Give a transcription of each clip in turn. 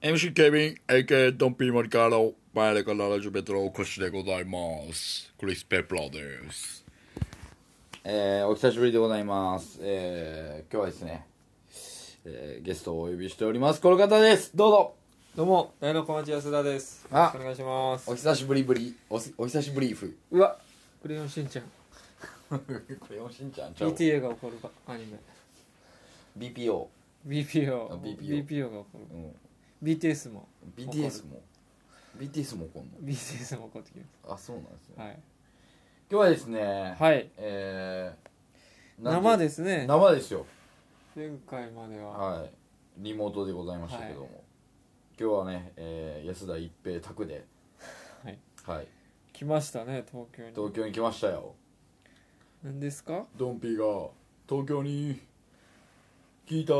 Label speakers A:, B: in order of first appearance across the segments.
A: MC ケビン、AK ドンピーモリカーロ、前でからラジオベトロお越しでございます。クリス・ペプラーです。
B: えーお久しぶりでございます。えー今日はですね、えーゲストをお呼びしております。この方です。どうぞ。
C: どうも、大の小町安田です。よろ
B: あ
C: しくお願いします
B: お。久しぶりぶり、おすお久しぶりー ふ。
C: うわ、クレヨンしんちゃん、
B: クレヨンしんちゃんちゃう
C: BTA が起こるばアニメ、
B: BPO、あ
C: BPO、
B: BPO
C: が起こ
B: う
C: る、
B: ん、
C: BTS も、
B: BTS も BTS もこん
C: BTS も起こってきま
B: のあそうなんですね、
C: す。はい。
B: 今日はですね
C: はい。
B: えー、なんて
C: 生ですね。
B: 生ですよ
C: 前回までは、
B: はいリモートでございましたけども、今日はね、えー安田一平宅で
C: はい
B: はい
C: 来ましたね、東京に
B: 東。京に来ましたよ
C: 何ですか
A: ドンピーが東京に来たー。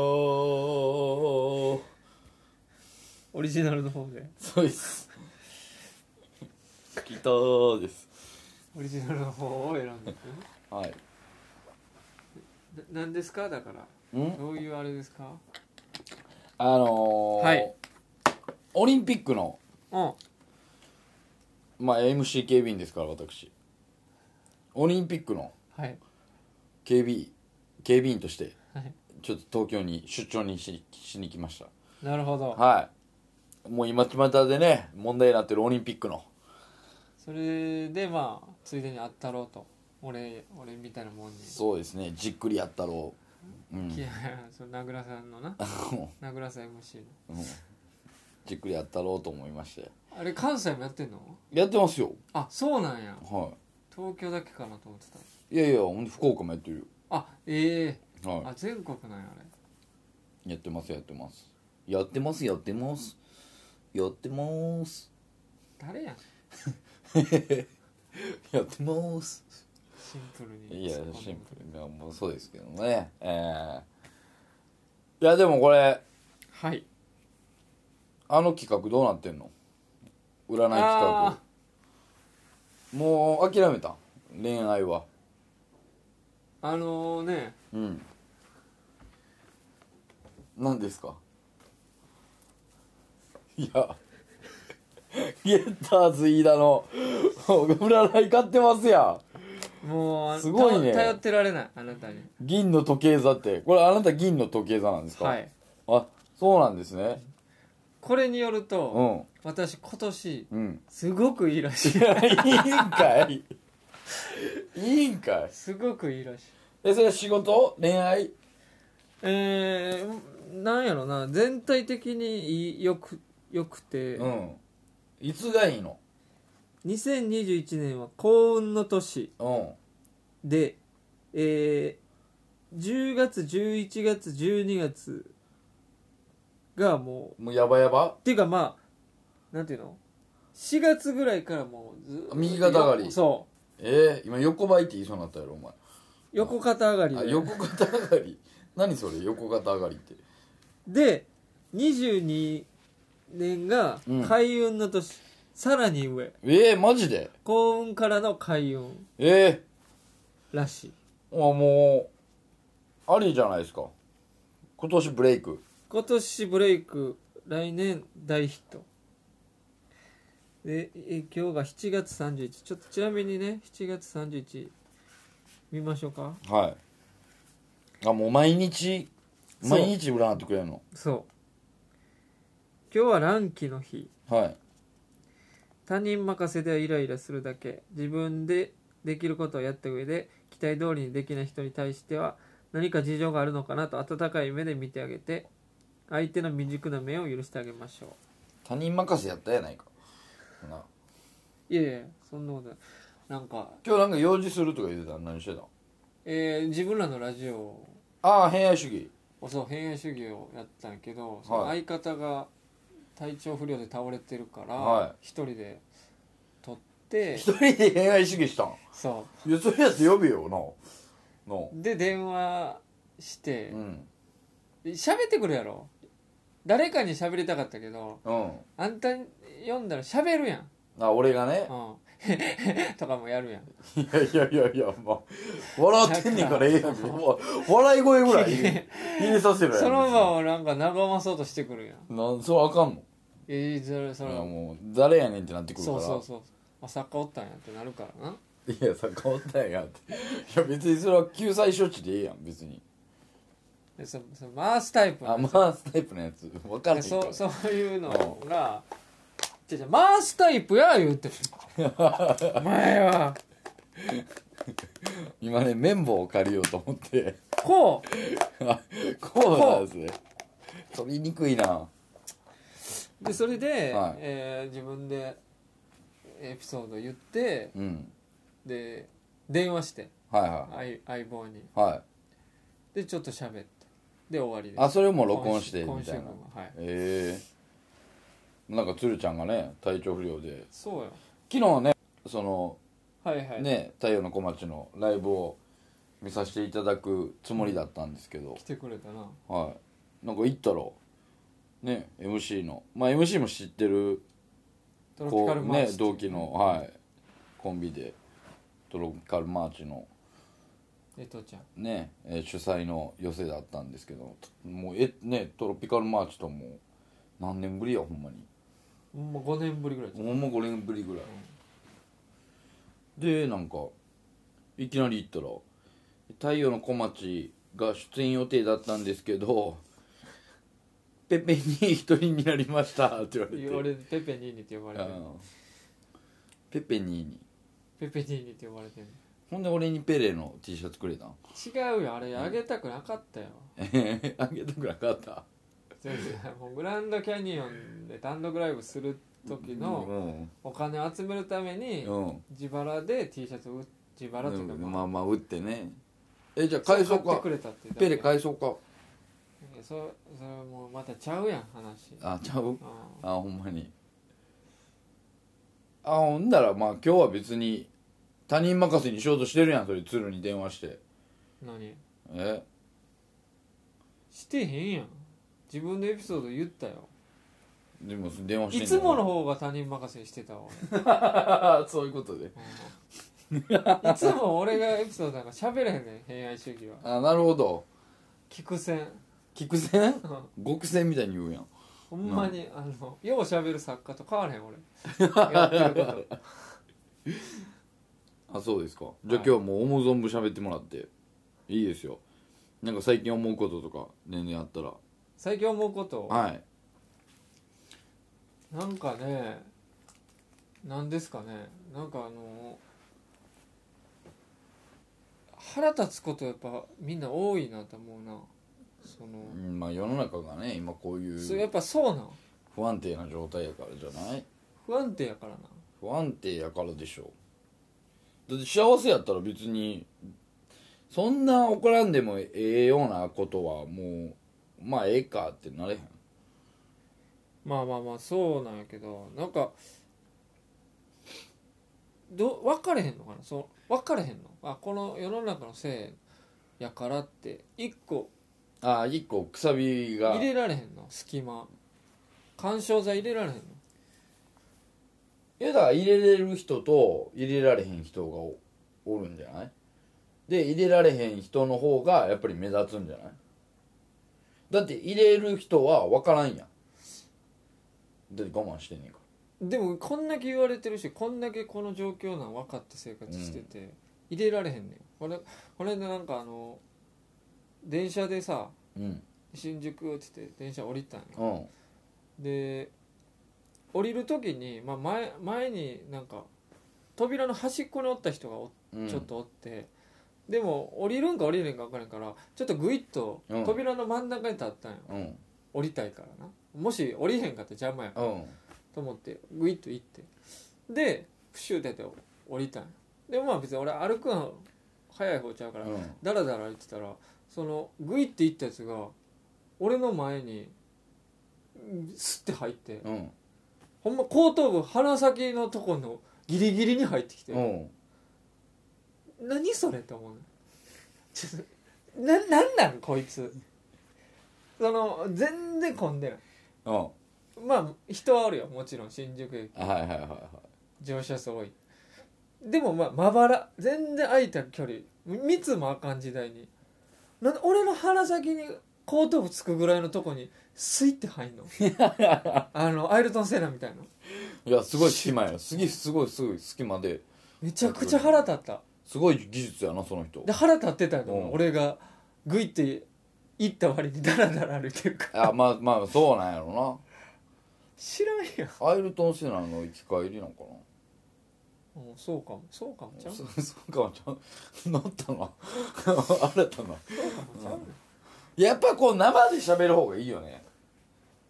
C: オリジナルの方で。
B: そうです。ギターです。
C: オリジナルの方を選んでく
B: はい。
C: る。 な何ですかだから。
B: ん
C: どういうあれですか
B: あのー、
C: はい
B: オリンピックの、
C: うん。
B: まあ、MC 警備員ですから、私。オリンピックの
C: はい。
B: 警備、警備員として、
C: はい。
B: ちょっと東京に出張にししに来まし
C: なるほ
B: た。
C: ど。
B: はい。もう今、巷でね、問題になってるオリンピックの。
C: それで、まあ、ついでにあったろうと。俺、俺みたいなもんに。
B: そうですね、じっくりやったろう。 うん。
C: いやその名倉さんのな名倉さん MC の
B: うんじっくりやったろうと思いまして。
C: あれ関西もやってんの
B: やってますよ。
C: あそうなんや
B: は
C: 東京だけかなと思ってた
B: い。いやいや、ほんで福岡もやってる
C: あえ
B: よ。はい
C: え。あ全国なんやあれ
B: やってますやってますやってますやってますやってます
C: 誰やん
B: やってます
C: シンプルに
B: いや
C: 突っ込んで
B: シンプルがもうそうですけどねえー、いやでもこれ
C: はい
B: あの企画どうなってんの占い企画
C: あ
B: もう諦めた恋愛は
C: ーあのね
B: うん何ですかいやゲッターズ飯田の占い買ってますやん
C: もうあの
B: すごいね
C: た頼ってられないあなたに
B: 銀の時計座ってこれあなた銀の時計座なんですか
C: はい
B: あそうなんですね
C: これによると、
B: うん
C: 私今年
B: うん
C: すごくいいら
B: い
C: しい
B: やいいんかいいいんかい
C: すごくいいらしい
B: えそれは仕事恋愛
C: えー、なんやろな全体的にいいよくよくて、
B: うんいつがいいの
C: 2021年は幸運の年
B: うん
C: で、えー、10月11月12月がもう
B: もうやばやば
C: っていうかまあなんていうの4月ぐらいからもうずーっと
B: 右肩上がり
C: そ
B: えー、今横ばいって言いそうになったやろお前
C: う横肩上がり
B: あ
C: で
B: 横肩上がり何それ横肩上がりって
C: で22年が
B: うん
C: 開運の年、さらに上
B: えー、マジで
C: 幸運からの開運
B: え
C: らしい
B: ー、あもうありじゃないですか今年ブレイク
C: 今年ブレイク来年大ヒットでえ今日が7月31ちょっとちなみにね7月31見ましょうか
B: はい。あ、もう毎日、
C: そう
B: 毎日占ってくれるの。
C: そう今日は乱気の日
B: はい。
C: 他人任せではイライラするだけ自分でできることをやった上で期待通りにできない人に対しては何か事情があるのかなと温かい目で見てあげて相手の未熟な面を許してあげましょう
B: 他人任せやったやないか。ない
C: やいやそんなことないなんか
B: 今日なんか用事するとか言ってた何してた
C: えー自分らのラジオ
B: ああ、偏愛主義。
C: をそう偏愛主義をやったんやけど、その相方が体調不良で倒れてるから、
B: はい
C: 一人で撮って
B: 一人で偏愛主義したん
C: そ
B: いや、そういうやつ呼べよな。な
C: うで電話して
B: うん。
C: 喋、ってくるやろ誰かに喋りたかったけど
B: うん。
C: あんた読んだら喋るやん、
B: あ、俺がね
C: う。ん、 とかもやるやん
B: いやいやいやいや、まあ、笑ってんねんからええやんけ。もう笑い 声ぐらい入れさせろやん。
C: そのままなんか和まそうとしてくるやん
B: なん、それあかんの
C: えー、それそれ、
B: もう誰やねんってなってくるか
C: そ
B: ら
C: うそうそうあ作家おったんやってなるからない
B: やさ変わったんやっていや別にそれは救済処置でええやん別に
C: でそそ回すタイプの
B: あ回すタイプのやつ分かる
C: で
B: へんか
C: そ
B: ら
C: そう いうのがじゃじゃ回すタイプや言 うてるお前は
B: 今ね綿棒を借りようと思って
C: こ
B: あ こうなんですね取りにくいな
C: うでそれで、
B: はい
C: えー自分でエピソード言って
B: うん
C: で電話して
B: はいは
C: 相相棒に
B: いはい
C: でちょっと喋ってで終わりです
B: あそれをもう録音してみたいな
C: 今週分ははい
B: ええなんか鶴ちゃんがね体調不良で
C: そうよ
B: 昨日ねその
C: はいはい、
B: ね太陽の小町のライブを見させていただくつもりだったんですけど
C: 来てくれたな
B: はいなんか行ったらね MC のまあ MC も知ってる
C: トロピカ
B: こ
C: ル
B: う
C: マー
B: ね
C: チっていう
B: 同期のはいコンビでトロピカルマーチの
C: えとちゃん
B: ね、えー主催の寄せだったんですけどもうえねトロピカルマーチともう何年ぶりやほんまに
C: もう5年ぶりぐらいじゃん
B: ほんま5年ぶりぐらい、でなんかいきなり行ったら「太陽の小町」が出演予定だったんですけど「ペペに一人になりました」って言われて
C: 言われてペペニーニって呼ばれてる
B: うんペペにに
C: ペペニーニって呼ばれてる
B: ほんで俺にペレの T シャツくれたん
C: 違うよあれあげたくなかったよ
B: あげたくなかった
C: 全然もうグランドキャニオンで単独ライブする時のお金を集めるために
B: うん、うん
C: 自腹で T シャツを売っ自腹というか
B: うん
C: ま
B: ま
C: あ
B: あまあ打ってねえじゃあ返そう
C: 買って
B: か
C: くれたって言った
B: ペレ返そうか
C: そそれもうまたちゃうやん話
B: あちゃう
C: う
B: あほんまにあほんだらまあ今日は別に他人任せにしようとしてるやんそれ鶴に電話して
C: ん何
B: え
C: してへんやん自分のエピソード言ったよ
B: でも電話して
C: い
B: ん
C: つもの方が他人任せしてたわ
B: の そういうことで
C: 俺いつも俺がエピソードなんか喋れへんねん偏愛主義は
B: あなるほど
C: 聞くせん
B: 菊線
C: うん
B: 極線みたいに言うやん
C: ほんまに、あのよう喋る作家と変わらへん俺 やってること
B: あそうですかじゃあ今日はもう思う存分喋ってもらっていいですよなんか最近思うこととか全然あったら
C: 最近思うこと、
B: はい
C: なんかねなんですかねなんかあの腹立つことやっぱみんな多いなと思うなその、
B: うんまあ世の中がね今こうい
C: そうやっ
B: う
C: ぱそうなん
B: 不安定な状態やからじゃない
C: 不安定やからな
B: 不安定やからでしょだって幸せやったら別にそんな怒らんでもええようなことはもうまあええかってなれへん
C: まあまあまあそうなんやけどなんかど分かれへんのかなそう分かれへんのあこの世の中のせいやからって一個
B: ああ一個くさびが
C: 入れられへんの隙間緩衝材入れられへんの
B: いやだから入れれる人と入れられへん人がおおるんじゃないで入れられへん人の方がやっぱり目立つんじゃないだって入れる人は分からんやんだって我慢してんねんか
C: でもこんだけ言われてるしこんだけこの状況なん分かって生活してて、入れられへんねん俺俺でなんかあの電車でさ
B: らうん
C: 新宿って言って電車降りたんよ
B: うん
C: で降りる時に、まあ、前前になんか扉の端っこにおった人がお
B: うん
C: ちょっとおって、でも降りるんか降りれんか分からんからちょっとグイッと
B: うん
C: 扉の真ん中に立ったんよ、
B: うん
C: 降りたいからなもし降りへんかったら邪魔やから
B: うん
C: と思ってグイッと行ってでプシューってやって降りたんよでもまあ別に俺歩くの早い方ちゃうから
B: うん
C: ダラダラ言ってたらそのグイって行ったやつが俺の前にうんスッて入って
B: うん
C: ほんま後頭部鼻先のとこのギリギリに入ってきて
B: うん
C: 何それって思うのちょっとななんなんこいつその全然混んでない
B: うんは
C: まあ人はおるよもちろん新宿駅
B: いはいはいは
C: 乗車数多いでもまあまばら全然空いた距離密もあかん時代になんで俺の鼻先に後頭部つくぐらいのとこにスイって入 んのあのアイルトン・セーナみたいない
B: やすごい隙間やすげえすごいすごい隙間で
C: めちゃくちゃ腹立った
B: すごい技術やなその人
C: で腹立ってたよ、
B: うん
C: 俺がグイって行った割にダラダラ歩いてるから
B: あまあまあそうなんやろ
C: 知らんやん
B: なアイルトン・セナの生き返りなのか
C: うんそうかもそうかもちゃ
B: な
C: う
B: そ そうかもちゃうなった な新たな
C: ちゃう
B: やっぱこう生で喋る方がいいよね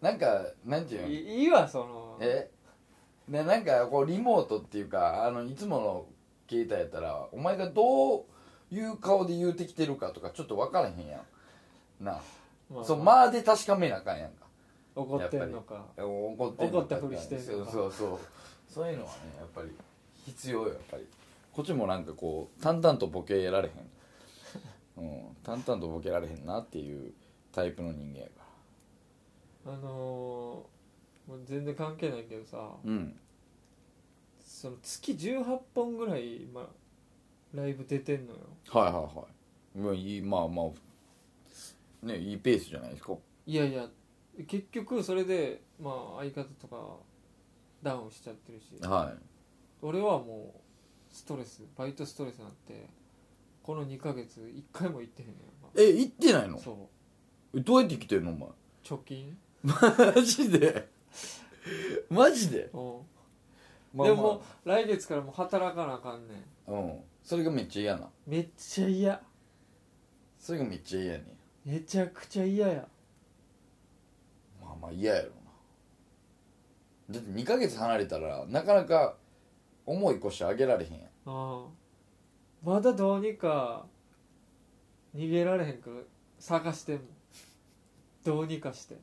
B: なんかなんていうの
C: いいいわその
B: えでなんかこうリモートっていうかあのいつもの携帯やったらお前がどういう顔で言うてきてるかとかちょっと分からへんやんな
C: まあ
B: そうまあで確かめなあかんやんか
C: 怒ってんのか
B: 怒ってんのか
C: 怒ったふりしてん
B: そ
C: の
B: う
C: か
B: そうそうそういうのはねやっぱり必要よやっぱりこっちもなんかこう淡々とボケられへん、うん、淡々とボケられへんなっていうタイプの人間やか
C: あのーもう全然関係ないけどさ
B: らうん
C: その月18本ぐらい今ライブ出てんのよ
B: はいはいはいもういいまあまあねいいペースじゃないですか
C: いやいや結局それでまあ相方とかダウンしちゃってるし
B: は
C: 俺はもうストレスバイトストレスなんてこの2ヶ月1回も行ってへんのよ、ま
B: い。え、行ってない
C: あ
B: の
C: そ
B: どうやって来てんのお
C: う貯金
B: 前。 マジでマジで、
C: うん
B: まあ
C: でももう来月からもう働かなあかんねん
B: まあうん。それがめっちゃ嫌な。
C: めっちゃ嫌
B: それがめっちゃ嫌やねん
C: めちゃくちゃ嫌や
B: まあまあ嫌やろな。だって2ヶ月離れたら、なかなか重い腰上げられへんやん。
C: ああまだどうにか逃げられへんから探してもどうにかして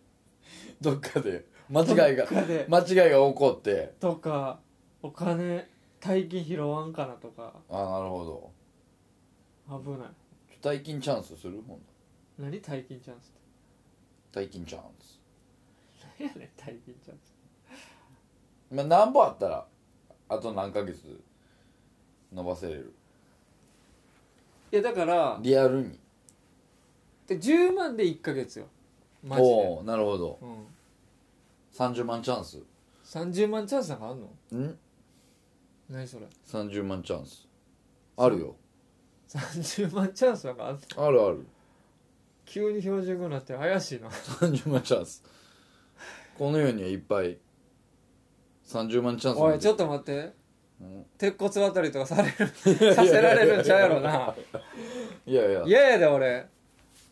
B: どっかで、間違いが
C: ど、っかで
B: 間違いが起こって。
C: とかお金大金拾わんかなとか
B: あなるほど。
C: 危ない
B: ちょ大金チャンスするほんと
C: 何大金チャンス
B: 大金チャンス。
C: って何やねん大金チャンス
B: まあ、なんぼあったら、あと何ヶ月伸ばせれる。
C: いやだから
B: リアルに。
C: で10万で1ヶ月よマジで、
B: おーなるほど。
C: うん、
B: 30万チャンス
C: 30万チャンスなんかあんの
B: ん
C: 何それ
B: 30万チャンスあるよ
C: 30万チャンスなんかあんの
B: あるある
C: 急に標準語になって怪しいな
B: 30万チャンスこの世にはいっぱい30万チャンス
C: おいちょっ
B: と
C: と待って鉄骨渡りとかされる させられるんちゃうやろない
B: やいや
C: 嫌やで俺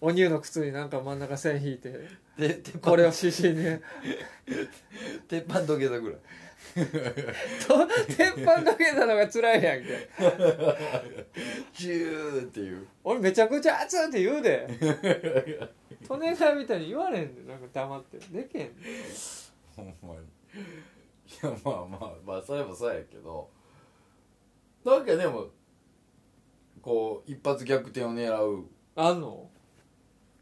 C: お乳の靴になんか真ん中線引いて
B: で鉄
C: これを獅子に
B: 鉄板どけたぐらい
C: と鉄板かけたのが辛いやんけ
B: ジューっていう
C: 俺めちゃくちゃ熱って言うでトネガーみたいに言われんでなんか黙ってでけへんで
B: ほんまにいやまあまあまあそれもそうやけどなんかでもこう一発逆転を狙う
C: あんの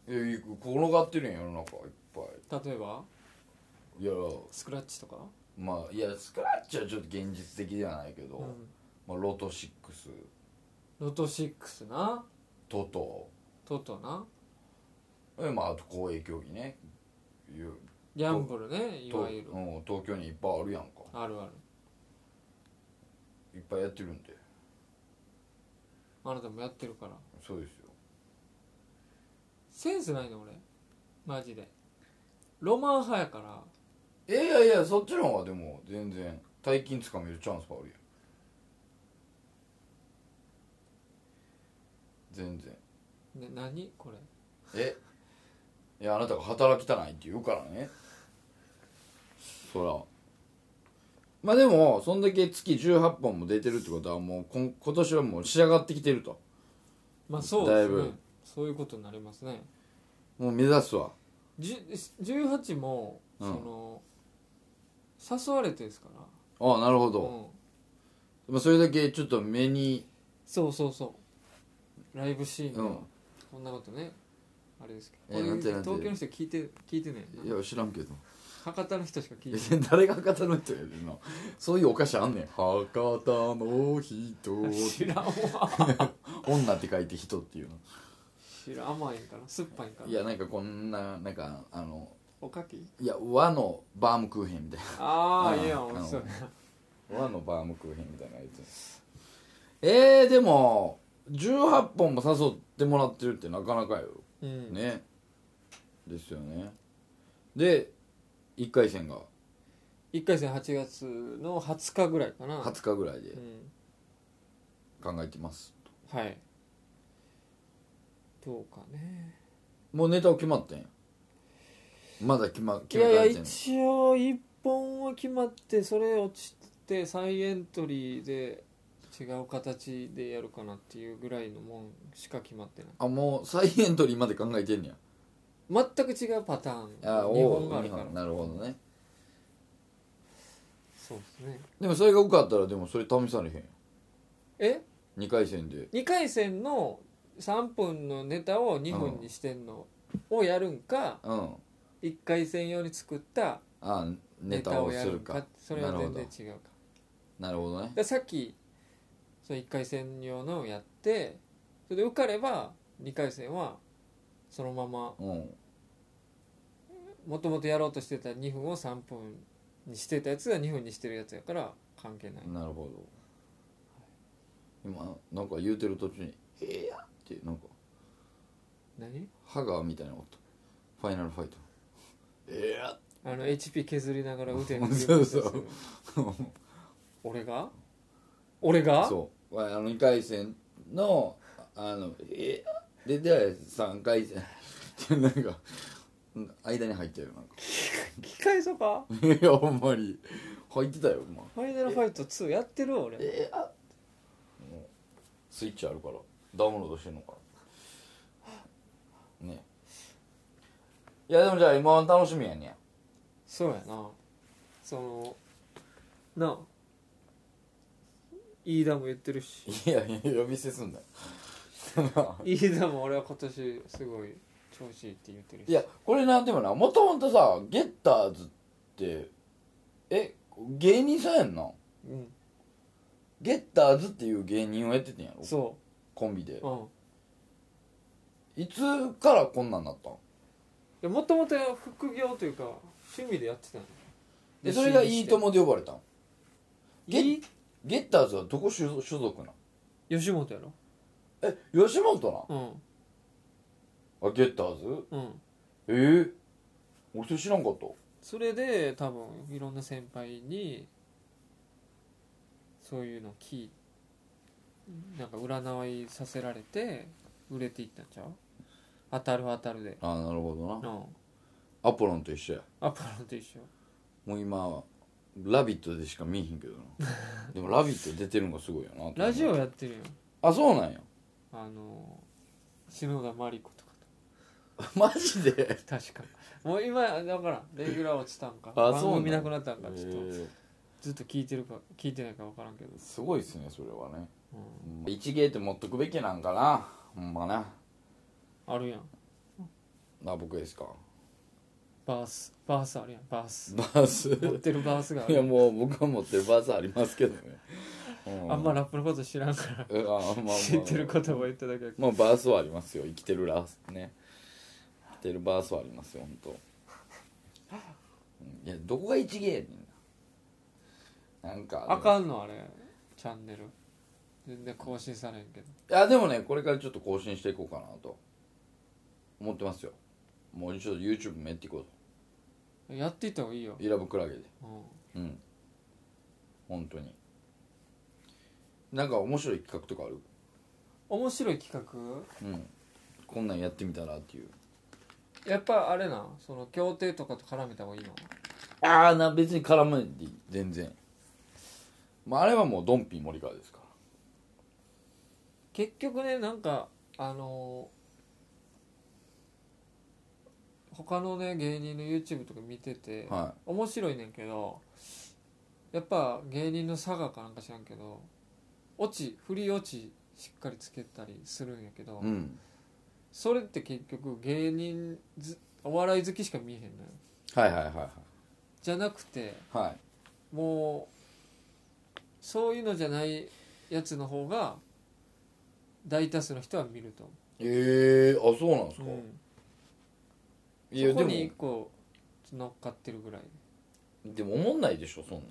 B: いやいく転がってるんや世の中いっぱ
C: 例えば
B: いいや
C: スクラッチとか、
B: まあいやスクラッチはちょっと現実的ではないけど、
C: うん、
B: まあ、ロト6
C: ロト6な
B: トト
C: トトな
B: えまあ、あと公営競技ねいう
C: ギャンブルねい
B: と
C: わゆる
B: うん、東京にいっぱいあるやんか
C: あるある
B: いっぱいやってるんで
C: あなたもやってるから
B: そうですよ
C: センスないの俺マジでロマン派やから
B: えいやいやそっちの方がでも全然大金つかめるチャンスはあるやん全然
C: ね、何これ
B: えいやあなたが働きたないって言うからねそらまあでもそんだけ月18本も出てるってことはもうこん今年はもう仕上がってきてると
C: まあそう
B: だ
C: です
B: い
C: ね
B: ぶ
C: そういうことになりますね
B: もう目指すわ
C: じゅ18も、
B: うん
C: その誘われてですから
B: ああなるほ
C: う
B: ど、
C: ん、
B: まあ、それだけちょっと目に
C: そうそうそうライブシーンで
B: う
C: は
B: ん
C: こんなことねあれですけど
B: え
C: これ
B: なんてなんて
C: 東京の人聞いて聞いてねえない
B: や知らんけど
C: 博多の人しか聞いてな
B: え
C: い
B: 誰が博多の人やねんなそういうお菓子あんねん博多の人
C: 知らんわ
B: 女って書いて人っていうの
C: 知らん甘いんかな酸っぱいんかない
B: やなんかこんななんかあの
C: おかき
B: いや和のバームクーヘンみたい
C: あ
B: あ
C: あ
B: ー
C: いや面白いな
B: な和のバームクーヘンみたいなやつえー、でも18本も誘ってもらってるってなかなかよ
C: うん
B: ねですよねで1回戦が
C: 1回戦8月の20日ぐらいかな
B: 20日ぐらいで
C: うん
B: 考えてます
C: はいどうかね
B: もうネタを決まってんやまだ決ま
C: い
B: 決
C: や
B: め
C: い
B: ら
C: や
B: れてんの
C: 一応1本は決まってそれ落ちて再エントリーで違う形でやるかなっていうぐらいのもんしか決まってない
B: あもう再エントリーまで考えてんねや
C: 全く違うパターン
B: あ
C: 日本があ
B: 日
C: るから
B: 本なるほどね
C: そうですね
B: でもそれが受かったらでもそれ試されへん
C: え
B: 2回戦で
C: 2回戦の3分のネタを2分にしてんのをやるんか
B: うん
C: 1回戦用に作った
B: あネ
C: ネ
B: タ
C: タ
B: を
C: を
B: す
C: や
B: る
C: る
B: か
C: かそれは全然
B: なるほ
C: 違うか
B: どなるほどね
C: でさっきその1回戦用のをやってそれで受かれば2回戦はそのまま
B: うん
C: もともとやろうとしてた2分を3分にしてたやつが2分にしてるやつやから関係ない
B: なるほど今なんか言うてる途中に「ええや!」ってなんか
C: 何
B: 歯がみたいな音ファイナルファイトええや
C: あの HP 削りながら腕 に
B: そうそう
C: 俺が俺 が
B: そうあの2回戦のあの「ええや!」でで3回戦なんかうん間に入ったよなんか
C: 機械そうか
B: いやほんまに入ってたよまあ
C: ファイナルファイト2やってる俺
B: えー、あもうスイッチあるからダウンロードしてんのかなねいやでもじゃあ今は楽しみやね
C: そうやなそのなあ飯田も言ってるし
B: いやいや呼び捨てすんだよ
C: 飯田も俺は今年すごい調子いいって言ってる し
B: いやこれなんでもなもともとさゲッターズってえ芸人さんやんな
C: うん
B: ゲッターズっていう芸人をやっててんやろ
C: そ
B: コンビで
C: ううん
B: いつからこんなんなったん
C: いやもともと副業というか趣味でやってたの
B: でそれが「いいと
C: も
B: も」で呼ばれたんゲ
C: いい
B: ゲッターズはどこ所所属なん
C: 吉本やろ
B: え吉本なん
C: う
B: あゲッターズ
C: んうん
B: えー、俺それ知らんかった
C: それで多分いろんな先輩にそういうの聞いなんか占いさせられて売れていったんちゃう当たる当たるで
B: あーなるほど
C: う
B: なんアポロンと一緒や
C: アポロンと一緒
B: もう今は「ラビット!」でしか見えへんけど なでも「ラビット!」出てるのがすごいよな
C: ラジオやってるよ
B: あそう なんや
C: あの篠田麻里子とか
B: マジで
C: と確かもう今だからんレギュラー落ちたんか
B: あ
C: 番
B: そうなん
C: 組なくなったんかちょっと
B: えー
C: ずっと聞いてるか聞いてないか分からんけど、
B: すごいっすねそれはね
C: うん
B: 一芸って持っとくべきなんかなほんまな
C: あるやん
B: あ僕ですか
C: バースバースあるやんバー ス
B: バー ス
C: 持ってるバースがあ
B: い
C: る
B: やもう僕は持ってるバースありますけどね、う
C: あんまラップのこと知らんから
B: えあまあまあまあ
C: 知ってる言葉言っただけやけど
B: まあバースはありますよ生きてるラスね生きてるバースはありますよ本当。うんいやどこが一芸やねんななんか
C: あかんのあれチャンネル全然更新されんけど
B: いやでもねこれからちょっと更新していこうかなと思ってますよもうちょっと YouTube もやっていこ
C: やっていった方がいいよ
B: う、イラブクラゲでう
C: う
B: ん本当になんか面白い企画とかある
C: ん、面白い企画
B: うんこんなんやってみたらっていう
C: やっぱあれなその協定とかと絡めた方がいいの
B: ああな別に絡まないでいい全然、まあ、あれはもうドンピー森川ですから
C: 結局ねなんかあのー他のね芸人の YouTube とか見てて、
B: は
C: 面白いねんけどやっぱ芸人の佐賀かなんか知らんけど落ち振り落ちしっかりつけたりするんやけど、
B: い。うん。
C: それって結局芸人ずお笑い好きしか見えへんのよ
B: はいはいはいはい。
C: じゃなくて
B: はい。
C: もうそういうのじゃないやつの方が大多数の人は見ると思う
B: ええあそうなんです
C: う
B: か、
C: ん、
B: いや
C: そこ
B: でも
C: に1個乗っかってるぐらい
B: でも思んないでしょそんな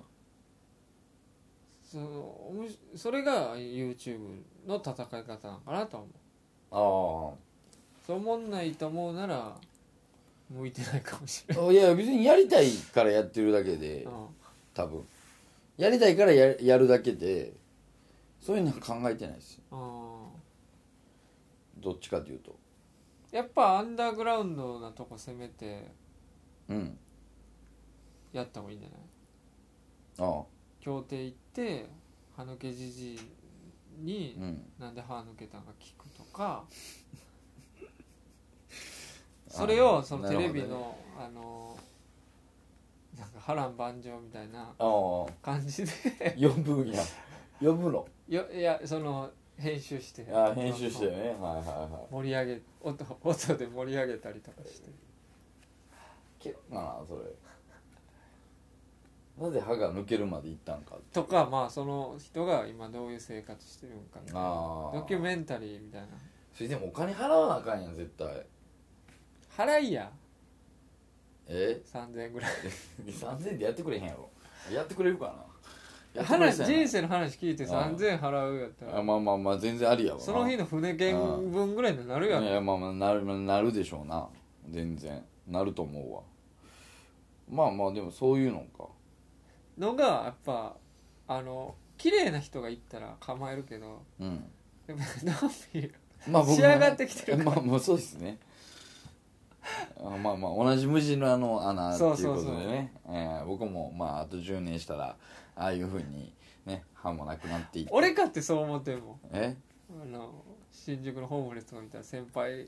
C: そのおもしそれが YouTube の戦い方なのかなとは思う
B: あ
C: そう思んないと思うなら向いてないかもしれ
B: あいや別にやりたいからやってるだけで
C: ない、うん
B: 多分やりたいからややるだけでそういうのは考えてないですよ
C: あ
B: どっちかというと
C: ーやっぱアンダーグラウンドなとこ攻めて
B: うん
C: やった方がいいんじゃない
B: ああ
C: 協定行って歯抜けじじいに
B: うん
C: なんで歯抜けたんか聞くと かそれをそのテレビ
B: なる
C: のあのなんか波乱万丈みたいな
B: ああ
C: 感じで
B: 呼ぶんや呼ぶの
C: よいやその編集して
B: ああ編集してねはいはいは
C: 盛り上げ音音で盛り上げたりとかして
B: いけどなそれなぜ歯が抜けるまでいったんか
C: とかまあその人が今どういう生活してるんかみたいな
B: ああ
C: ドキュメンタリーみたいな
B: それでもお金払わなあかんやん絶対
C: 払いや
B: え
C: 3000円ぐらい
B: 3000円でやってくれへんやろやってくれるかなやってくれ
C: 話
B: そう
C: 人
B: や
C: 生の話聞いて3000円払うやった
B: なあ
C: ら
B: まあまあまあ全然ありやわな
C: その日の船券分ぐらいになるやん
B: いやまあまあなるなるでしょうな全然なると思うわまあまあでもそういうのか
C: のがやっぱあの綺麗な人が行ったら構えるけど
B: うん
C: やっぱりのんびり
B: まあ
C: 仕上がってきてる
B: まあまあそうですねあまあまあ同じ無人のあの穴っていう
C: そ
B: こ
C: うそうそう
B: とでねえー僕もまああと10年したらああいうふうにね歯もなくなっていって
C: 俺かってそう思ってんもん
B: え
C: あの新宿のホームレスとか見たら先輩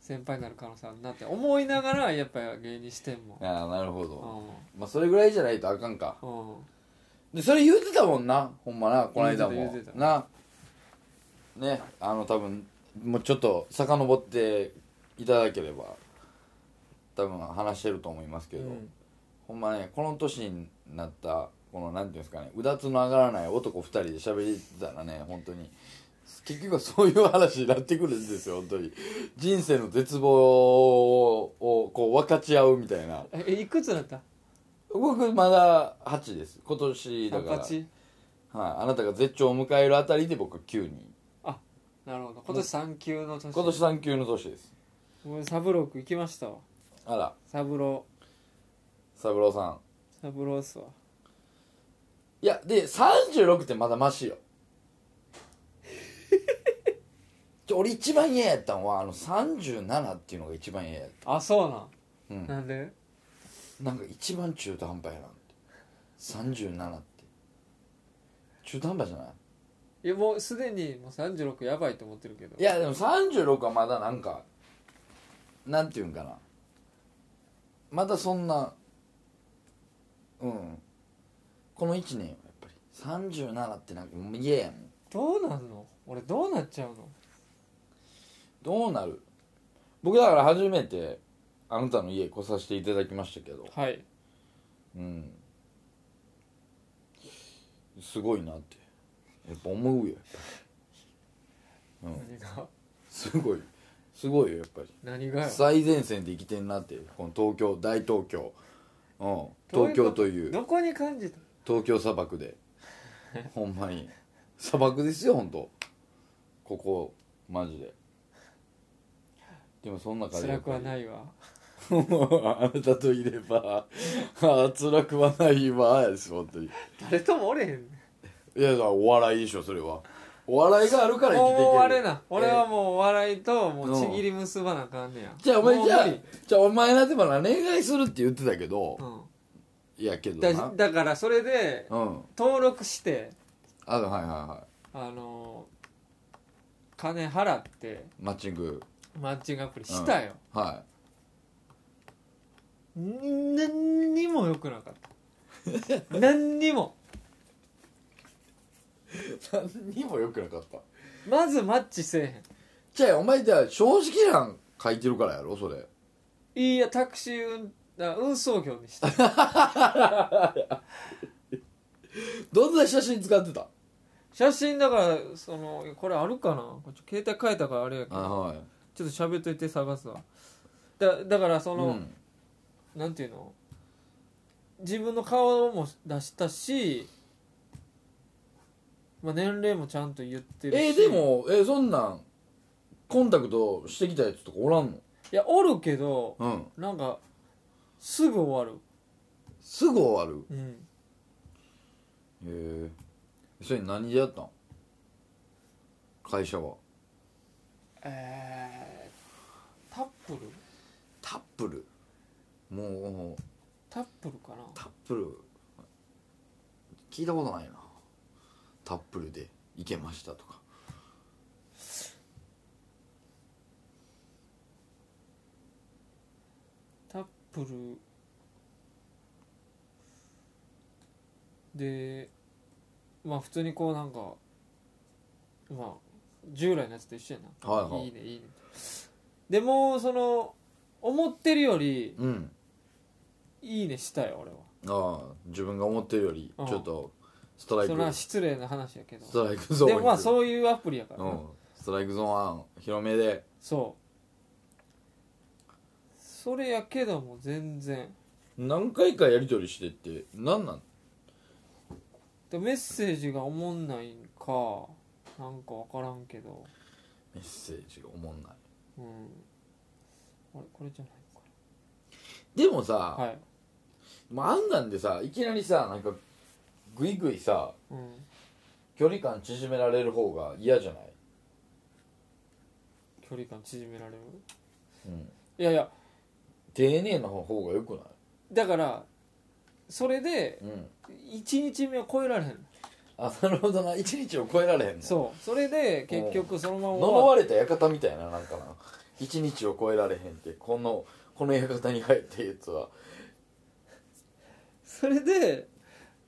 C: 先輩になる可能性あるなって思いながらやっぱ芸人してんもん
B: ああなるほど
C: う
B: まあそれぐらいじゃないとあかんか
C: んうん
B: でそれ言うてたもんなほんまなこの間
C: 言う
B: も
C: てた言うてた
B: なねあの多分もうちょっと遡っていただければ多分話してると思いますけど、
C: うん
B: ほんまねこの年になったこのなんていうんですかねうだつの上がらない男2人で喋りてたらね本当に結局はそういう話になってくるんですよ本当に人生の絶望をこう分かち合うみたいな
C: えいくつだった
B: 僕まだ8です今年だから
C: 38
B: はい、あなたが絶頂を迎えるあたりで僕は9人
C: なるほど今年3級の年
B: 今年3級の年です
C: 俺サブローク行きましたわ
B: あら
C: サブロ
B: 三郎さん
C: ーサブローっすわ
B: いやで36ってまだマシ よちょ俺一番嫌やったんはあの37っていうのが一番嫌やっ
C: あそうなん
B: た、うん、
C: なんで
B: なんか一番中途半端やなって37って中途半端じゃない
C: いやもうすでにもう36やばいと思ってるけど
B: いやでも36はまだなんかなんていうんかなまだそんなうんこの1年はやっぱり37ってなんかもう嫌やもん
C: どうなんの俺どうなっちゃうの
B: どうなる僕だから初めてあなたの家来させていただきましたけど
C: はい
B: うんすごいなってやっぱ思うようん
C: 何が
B: すごいすごいよやっぱり
C: 何がよ
B: 最前線で生きてんなってこの東京大東京、うん、東京という
C: どこに感じた
B: 東京砂漠でほんまに砂漠ですよほんとここマジででもそんな感じ
C: 辛くはないいわ
B: あなたといればああ辛くはないわです本当に
C: 誰ともおれへん
B: いやだからお笑いでしょそれはお笑いがあるから生きていける
C: もうあれな
B: え
C: 俺はもうお笑いともうちぎり結ばなあかんねや
B: じゃあお前
C: もう
B: じゃあ
C: 無理
B: じゃあお前なってばな恋愛するって言ってたけど、いやけ
C: う
B: ど
C: ん、
B: な
C: だだからそれで
B: うん
C: 登録して
B: あはいはいは
C: あの金払って
B: いマッチング
C: マッチングアプリしたよ、
B: は
C: ん、何にも良くなかった何にも
B: い何にもよくなかった
C: まずマッチせえへん
B: じゃあお前じゃあ正直なん書いてるからやろそれ
C: いいやタクシー運あ運送業にした
B: どんな写真使ってた
C: 写真だからそのこれあるかなこっち携帯変えたからあれやけ
B: あ
C: ど
B: はい
C: ちょっと喋っといて探すわだだからその、
B: うん
C: なんていうの自分の顔も出したし、まあ、年齢もちゃんと言ってるし
B: えでもえそんなんコンタクトしてきたやつとかおらんの
C: いやおるけど
B: うん
C: なんかすぐ終わ
B: すぐ終わる
C: るうん
B: へえそれ何でやったん会社は
C: えー、タップル
B: タップルもう
C: タップルかな
B: タップル聞いたことないなタップルで行けましたとか
C: タップルでまあ普通にこうなんかまあ従来のやつと一緒やな、
B: はいはい
C: いねいいねでもその思ってるより
B: うん
C: いいねしたよ俺は
B: ああ自分が思ってるよりち
C: うん
B: ょっとストライ
C: それは
B: ク
C: 失礼な話やけど
B: ストライクゾーン
C: でもまあ
B: う、
C: そういうアプリやから
B: う
C: な、
B: ん、ストライクゾーン案広めで
C: そうそれやけども全然
B: 何回かやり取りしてって何なん
C: でメッセージが思んないんかなんかわからんけど
B: メッセージがおもんない
C: うんあれこれじゃないのか
B: でも
C: な
B: さ、
C: はい、
B: まあ、あんなんでさいきなりさなんかグイグイさ
C: うん、
B: 距離感縮められる方が嫌じゃない、
C: 距離感縮められる
B: うん、
C: いやいや
B: 丁寧な方がよくない
C: だからそれで
B: うん
C: 1日目を超えられへん
B: あなるほどな一日を超えられへんの
C: そうそれで結局そのまま
B: 呪われた館みたいななんかな一日を超えられへんってこのこの館に入ったやつは
C: それで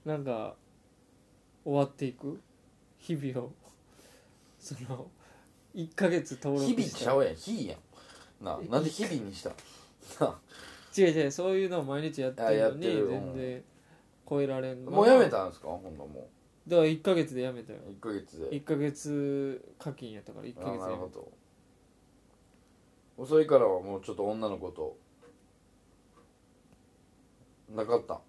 C: なんか終わっていく日々をその1ヶ月登録
B: 日々
C: した
B: ちゃうやん日やんななんで日々にしたな
C: 違う違うそういうのを毎日やってる
B: あや
C: の
B: っ
C: に
B: てる
C: 全然超えられんの
B: もうやめたんですかほんなも
C: だから1ヶ月でやめたよ
B: う1ヶ月で
C: 1ヶ月課金やったから1
B: あ
C: ヶ月
B: な
C: で
B: る
C: やめ
B: ほ
C: た
B: ど遅いからはもうちょっと女の子となかった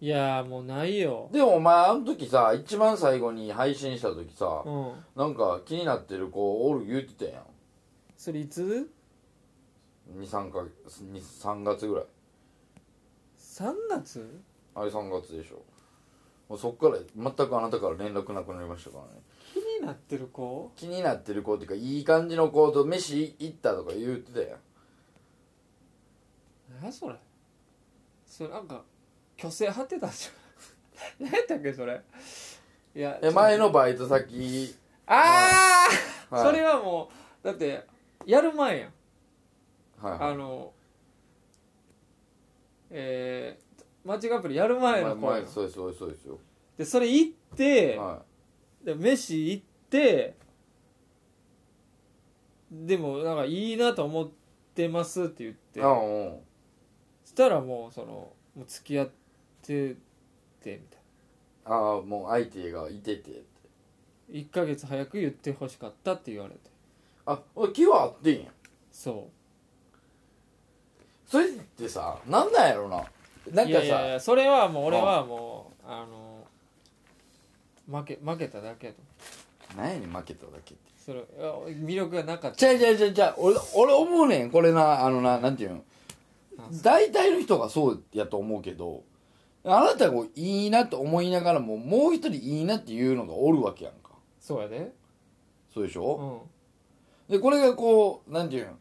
C: いやーもうないよ
B: でもお前あの時さ一番最後に配信した時さ
C: うん
B: なんか気になってる子おる言うてたや
C: それいつ
B: ん23か二三月ぐらい
C: ?3 月
B: あれ3月でしょもうそっから全くあなたから連絡なくなりましたからね
C: 気になってる子
B: 気になってる子っていうかいい感じの子と飯行ったとか言うて たやん
C: 何やそれそれなんか虚勢張ってたんじゃん 何やったっけそれいや
B: え前のバイト先
C: ああ、
B: はい
C: それはもうだってやる前やん
B: はいはい
C: あのえー、マッチングアプリやる前の子
B: 前
C: やん
B: 前そうですそうですそうですよ
C: でそれ行って、
B: は
C: で飯行ってでもなんかいいなと思ってますって言っ
B: い
C: て
B: あうん
C: したらもうそのもう付き合っててみた
B: ああもう相手がいててって
C: いな1ヶ月早く言ってほしかったって言われて
B: あ俺気はあってんやん
C: そ
B: それってさなんなんやろな
C: う
B: なん
C: い
B: か
C: や
B: さ
C: いやいやそれはもう俺はもうあの負け負けただけやと
B: 何やねん負けただけって
C: それいや魅力がなかっ
B: ち
C: た
B: ゃいちゃいちゃいちゃい俺俺思うねんこれなあのななんていうの
C: なんす
B: 大体の人がそうやと思うけどあなたがいいなと思いながらももう一人いいなっていうのがおるわけやんか
C: そうやで
B: そうでし
C: う
B: ょ、
C: ん
B: でこれがこうなんていうの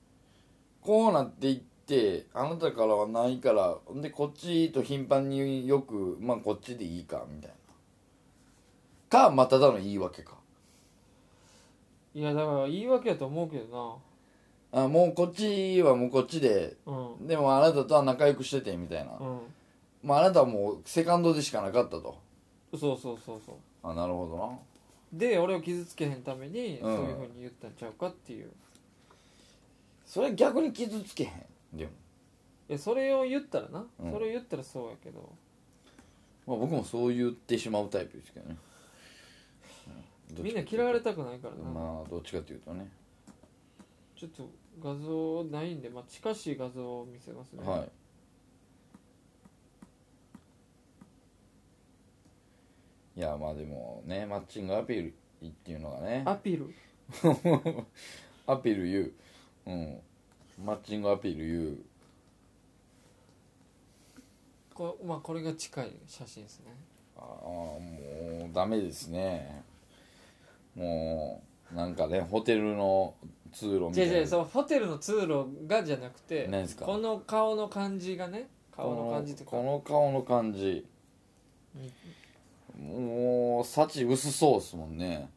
B: こうなっていってあなたからはないからほんでこっちと頻繁によくまあこっちでいいかみたいなかまあただの言い訳か
C: いやだから言い訳やと思うけど
B: あもうこっちはもうこっちで
C: なうん
B: でもあなたとは仲良くしててみたいな、
C: うん
B: まああなたはもうセカンドでしかなかったと
C: そうそうそうそう
B: あなるほどな
C: で俺を傷つけへんためにそう
B: うん
C: いうふうに言ったんちゃうかっていう、
B: それ逆に傷つけへんでも、
C: いやそれを言ったらな、
B: うん
C: それを言ったらそうやけど
B: まあ、僕もそう言ってしまうタイプですけどねどっ
C: み
B: ち
C: ん
B: か
C: な
B: っていうと
C: 嫌われたくないからな、
B: まあどっちかっていうとね
C: ちょっと画像ないんで、まあ、近しい画像を見せますね、
B: はいいやまあでもねマッチングアピールっていうのがね
C: アピール
B: アピール言ううんマッチングアピール言う
C: こ,、まあ、これが近い写真ですね
B: ああもうダメですねもうなんかねホテルの通路みた
C: 違う
B: いな
C: 違うそのホテルの通路がじゃなくて
B: 何ですか
C: この顔の感じがね顔の感じと
B: こ
C: か
B: のこの顔の感じもう幸薄そうですもんね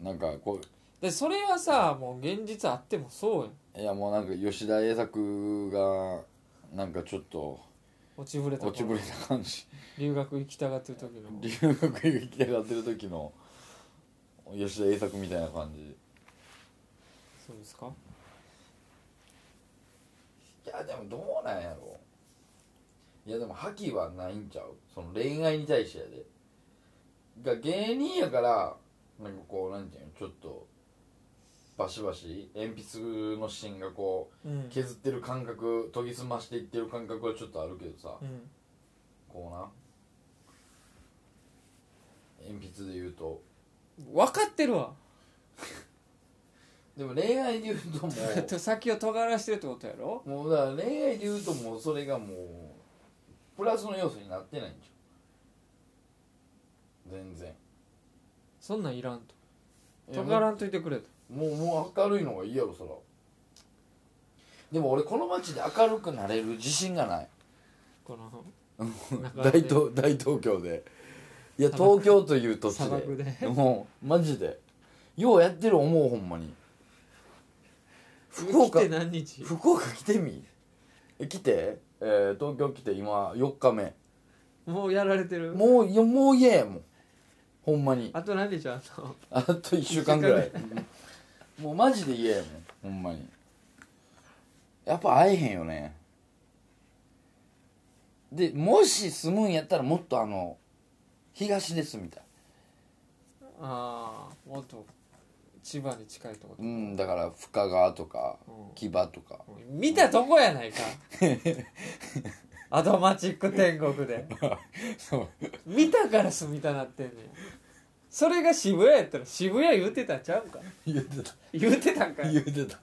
B: なんかこ
C: でそれはさもう現実あってもそうや
B: う
C: ん
B: いやもうなんか吉田栄作がなんかちょっと
C: 落ちぶれた
B: 落ちぶれた感じ
C: 留学行きたがってる時の
B: 留学行きたがってる時の吉田栄作みたいな感じ
C: そうですか
B: いやでもどうなんやろいやでも覇気はないんちゃうその恋愛に対してやでが芸人やからなんかこうなんていうのちょっとバシバシ鉛筆の芯がこ
C: う、
B: うん削ってる感覚研ぎ澄ましていってる感覚はちょっとあるけどさ
C: うん、
B: こうな鉛筆で言うと
C: 分かってるわ
B: でも恋愛で言うともう
C: 先を尖らしてるってことやろ
B: もうだから恋愛で言うともうそれがもうプラスの要素になってないんじゃん全然
C: そんなんいらんと
B: いや
C: 尖らんといてくれと
B: もうもう明るいのがいいやろそらでも俺この街で明るくなれる自信がない
C: この
B: 大東大東京でいや東京という土地
C: 砂漠
B: で
C: で
B: もうマジでようやってる思うほんまに福
C: 生き
B: 岡
C: て何日
B: 福岡来てみえ来て、えー東京来て今4日目
C: もうやられてる
B: もういやもう嫌やもんほんまに
C: あと何日あんの
B: あと1週間ぐらいもうマジで嫌やもんほんまにやっぱ会えへんよねでもし住むんやったらもっとあの東ですみたい
C: ああもっと千葉に近いとこ
B: う、んだから深川とか
C: うん
B: 木場とか
C: 見たとこや ないかアドマチック天国で
B: そう
C: 見たから住みたなってんねんそれが渋谷やったら渋谷言うてたんちゃうんか
B: 言ってた
C: 言うてたんか い
B: 言ってた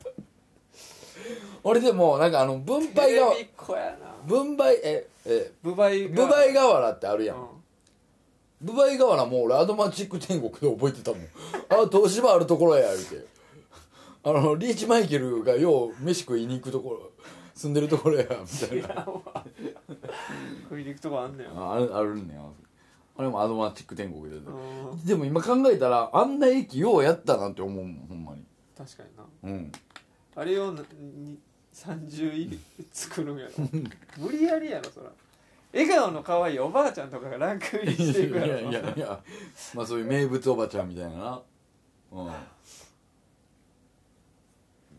B: 俺でもなんかあの分配が
C: テレビっ子やな
B: 分配ええ
C: ブバイ
B: 分配河原ってある
C: う
B: やん
C: ん
B: ブバイガワラもう俺アドマチック天国で覚えて たもん。あ、東芝あるところや、言うて。あの、リーチマイケルがよう飯食いに行くところ、住んでるところや、みたいな。
C: 食いに行くとこあんねん
B: ああるあるねん。あれもアドマチック天国で。
C: うん
B: でも今考えたら、あんな駅ようやったなって思うもん、ほんまに。
C: 確かにな
B: うん。
C: あれをなに30位作るんや ろ無理やりやろそら笑顔の可愛いおばあちゃんとかがランクイン
B: い
C: していくやろ
B: やいやいや、まあそういう名物おばちゃんみたいなな。うん。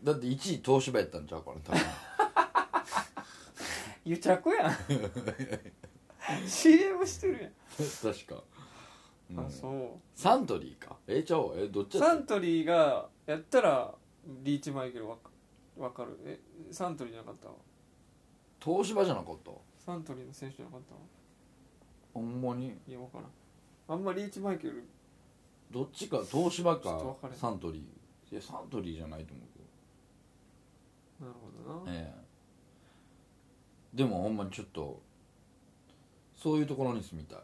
B: だって1位東芝やったんちゃうから、多分。
C: 癒着 やん CM してる
B: 確か。
C: やん、あそ
B: サントリーかえちゃおうえどっ
C: う
B: ち
C: サ
B: やっ
C: ントリーがやったらリーチマイケルわかわかるえサントリーじゃなかったわ
B: た東芝じゃなかった
C: サントリーの選手じゃなかったわ
B: ほんまに
C: いやわからんあんまリーチマイケル
B: どっちか東芝
C: ちょっと
B: か
C: 分かれへん
B: サントリーいやサントリーじゃないと思う
C: なるほ
B: け
C: ど
B: ど
C: な
B: ええでもほんまにちょっとそういうところに住みたい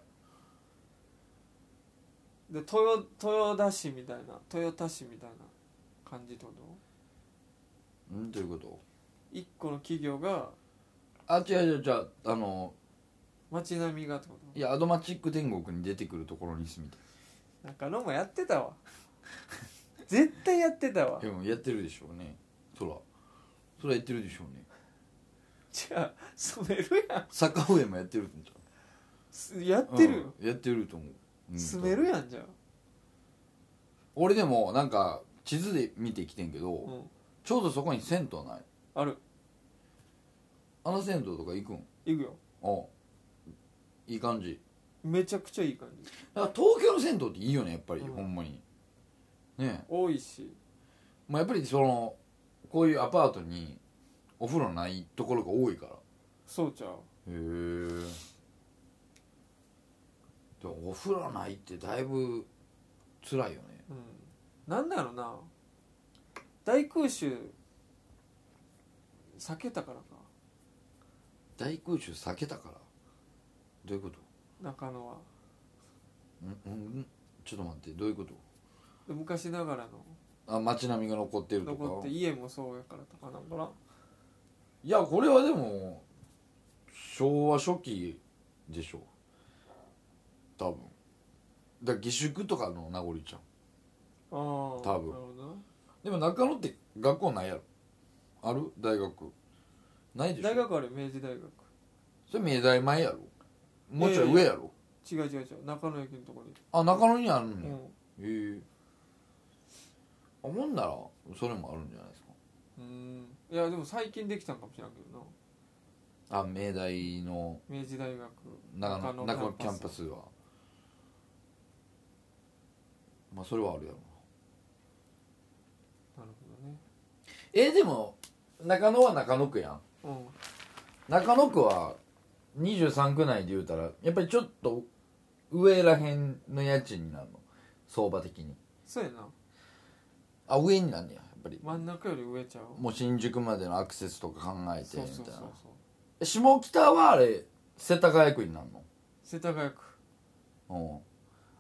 C: で豊豊田市みたいな豊田市みたいな感じってこと
B: んどういうこと
C: 一個の企業が
B: あ違う違う違うあの
C: 街並みがってこ
B: いやアドマチック天国に出てくるところに住みた
C: と中野もやって たわ絶対やってたわ
B: いでもやってるでしょうねそらそらやってるでしょうね
C: じゃあ染めるやん
B: 坂上もやってるんちゃ
C: すや
B: う
C: ってるよ、
B: うんやってると思う、うん
C: 住めるやんじゃあ
B: 俺でもなんか地図で見てきてんけど、
C: うん
B: ちょうどそこに銭湯ない
C: ある
B: あの銭湯とか行くん
C: 行くよ
B: あいい感じ
C: めちゃくちゃいい感じ
B: なんか東京の銭湯っていいよねやっぱり、
C: うん
B: ほんまにね
C: 多いし
B: まあ、やっぱりそのこういうアパートにお風呂ないところが多いから
C: そうちゃう
B: へえでもお風呂ないってだいぶ辛いよね
C: うんなんだろうな大空襲避けたからか
B: 大空襲避けたからどういうこと
C: 中野は
B: んんちょっと待ってどういうこと
C: で昔ながらの
B: あ街並みが残ってると
C: 残
B: か
C: って家もそうやからとかなんかない
B: やこれはでも昭和初期でしょ多分だから下宿とかの名残ちゃん
C: ああ多
B: 分
C: なるほどな
B: でも中野って学校ないやろある大学ないでしょ
C: 大学あれ明治大学
B: それ明大前やろもうちょい上やろ、
C: 違う違う違う中野駅のとこに、
B: あ中野にあるん
C: う
B: や、
C: ん
B: へえあほんならそれもあるんじゃないです
C: うんいやでも最近できたんかもしれんけどな
B: かあ明大の
C: 明治大学
B: 中野中野キャンパ
C: ス
B: スはまあそれはあるやろ
C: なる
B: えーでも中野は中野区やん
C: ほどね
B: 中野区は23区内で言うたらやっぱりちょっと上らへんの家賃になるの相場的に
C: うんそうやな
B: あ上になんねややっぱり
C: 真ん中より上ちゃう
B: もう新宿までのアクセスとか考えて
C: そ
B: み
C: う
B: たい
C: そうそう
B: な
C: そう
B: え下北はあれ世田谷区になるの
C: 世田谷区
B: うん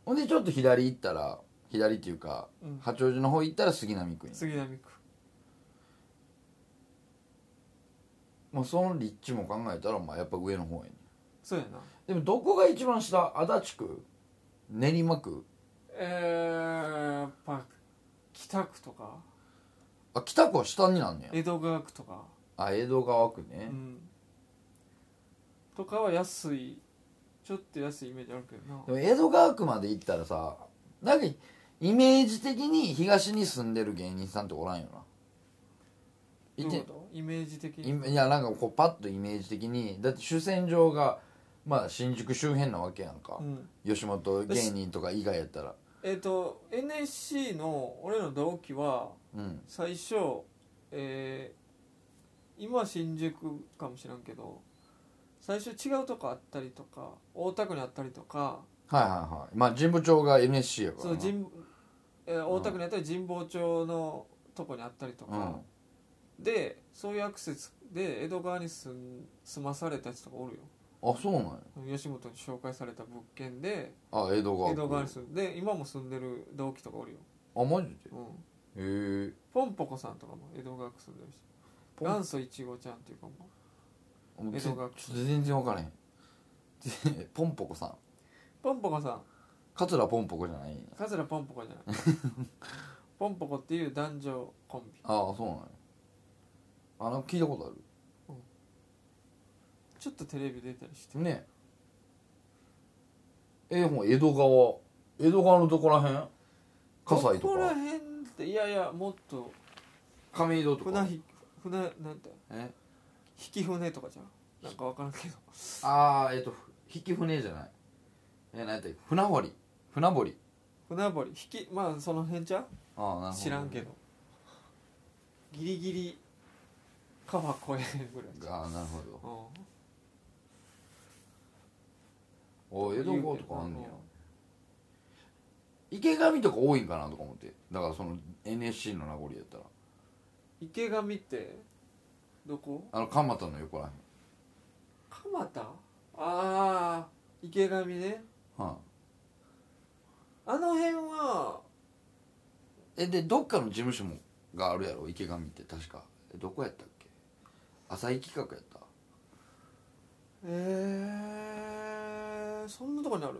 B: ほんでちょっと左行ったら左っていうか
C: うん
B: 八王子の方行ったら杉並区に
C: 杉並区
B: まあその立地も考えたらまあやっぱ上の方やね
C: そうやな
B: でもどこが一番下足立区練馬区
C: えー、やっぱ北区とか
B: あ北区は下になんねや
C: 江戸川区とか
B: あ江戸川区
C: う
B: ね、
C: んとかは安いちょっと安いイメージあるけどな
B: でも江戸川区まで行ったらさなんかイメージ的に東に住んでる芸人さんっておらんよない
C: ど
B: う
C: い
B: て
C: うことイメージ的
B: い
C: に
B: いやなんかこうパッとイメージ的にだって主戦場がまあ新宿周辺なわけやんか
C: う、ん
B: 吉本芸人とか以外やったら
C: えっ、と NSC の俺の同期は
B: うん
C: 最初えー、今は新宿かもしらんけど最初違うとこあったりとか大田区にあったりとか
B: はいはいはいまあ神保町が NSC やから
C: そ
B: な
C: う神、えー大田区にあったり神保町のとこにあったりと
B: うん
C: か、でそういうアクセスで江戸川に住ん住まされたやつとかおる
B: あそうなんや
C: よ吉本に紹介された物件で
B: あ江戸川
C: 江
B: 区
C: 戸川に住んで今も住んでる同期とかおるよ、
B: あマジで
C: うん、
B: へえ
C: ポンポコさんとかも江戸川区住んでるし
B: ポン
C: 元祖いちごちゃんっていうかも江戸川区
B: ちょっと全然分からへん ポンポコさん
C: ポンポコさん
B: 桂ポンポコじゃないんや
C: 桂ポンポコじゃ ないポンポコっていう男女コンビ
B: ああそうなんやあなんか聞いたことあ
C: ちょっとテレビ出たりして
B: るねえほん江戸川江戸川のどこらへん葛西
C: ことこら
B: か
C: 辺っていやいやもっと
B: 亀戸と
C: 船
B: か
C: ひ船なんて
B: え
C: 引き船とかじゃんなんか分からんけど
B: ああえっと引き船じゃないえなんやったっけ船堀船堀
C: 船堀引きまあその辺ちゃ
B: ああなる
C: う
B: ほど
C: 知らんけどギリギリ川越えへんぐらいちゃ
B: ああなるほど
C: う、
B: お江戸川とかあんねや
C: うん
B: 池上とか多いんかなとか思ってだからその NSC の名残やったら
C: うん、池上ってどこ
B: あの蒲田の横らへん
C: 蒲田ああ池上ね
B: は
C: あの辺は
B: えでどっかの事務所もがあるやろ池上って確かえどこやったっけ浅井企画やった
C: えー、そんなとこにある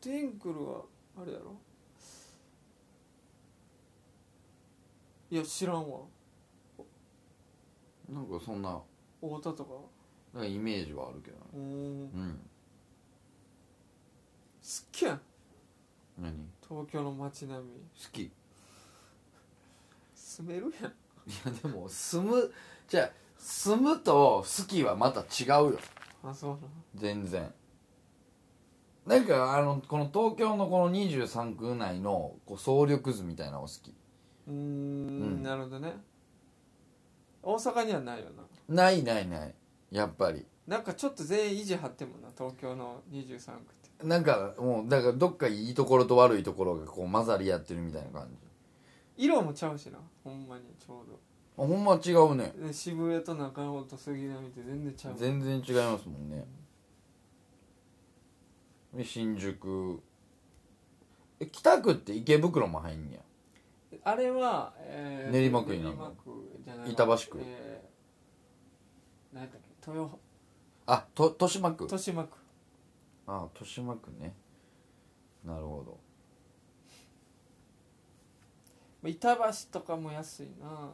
C: テンクルはあれやろいや知らんわ
B: なんかそんな
C: 太田とか
B: なんかイメージはあるけどね
C: うーん
B: うん
C: 好きやん
B: 何好
C: 東京の街並み
B: き い
C: 住めるやん
B: やでも住むじゃあ住むと好きはまた違うよ
C: あそうな
B: 全然なんかあのこの東京のこの23区内のこう総力図みたいなのが好き
C: うーん
B: ん
C: なるほどね大阪にはないよな
B: ないないないやっぱり
C: なんかちょっと全員維持張ってもんな東京の23区って
B: なんかもうだからどっかいいところと悪いところがこう混ざり合ってるみたいな感じ
C: 色もちゃうしなほんまにちょう
B: あほんま違うね
C: どで渋谷と中野と杉並って全然ちゃう
B: 全然違いますもんねで新宿え北区って池袋も入んねや
C: あれは、えー
B: 練馬区にな
C: 練
B: るの
C: 馬区じゃないわ
B: 板橋区
C: えー、何やったっけ豊
B: あと豊島区
C: 豊島区
B: あ豊島区ねなるほど
C: 板橋とかも安いな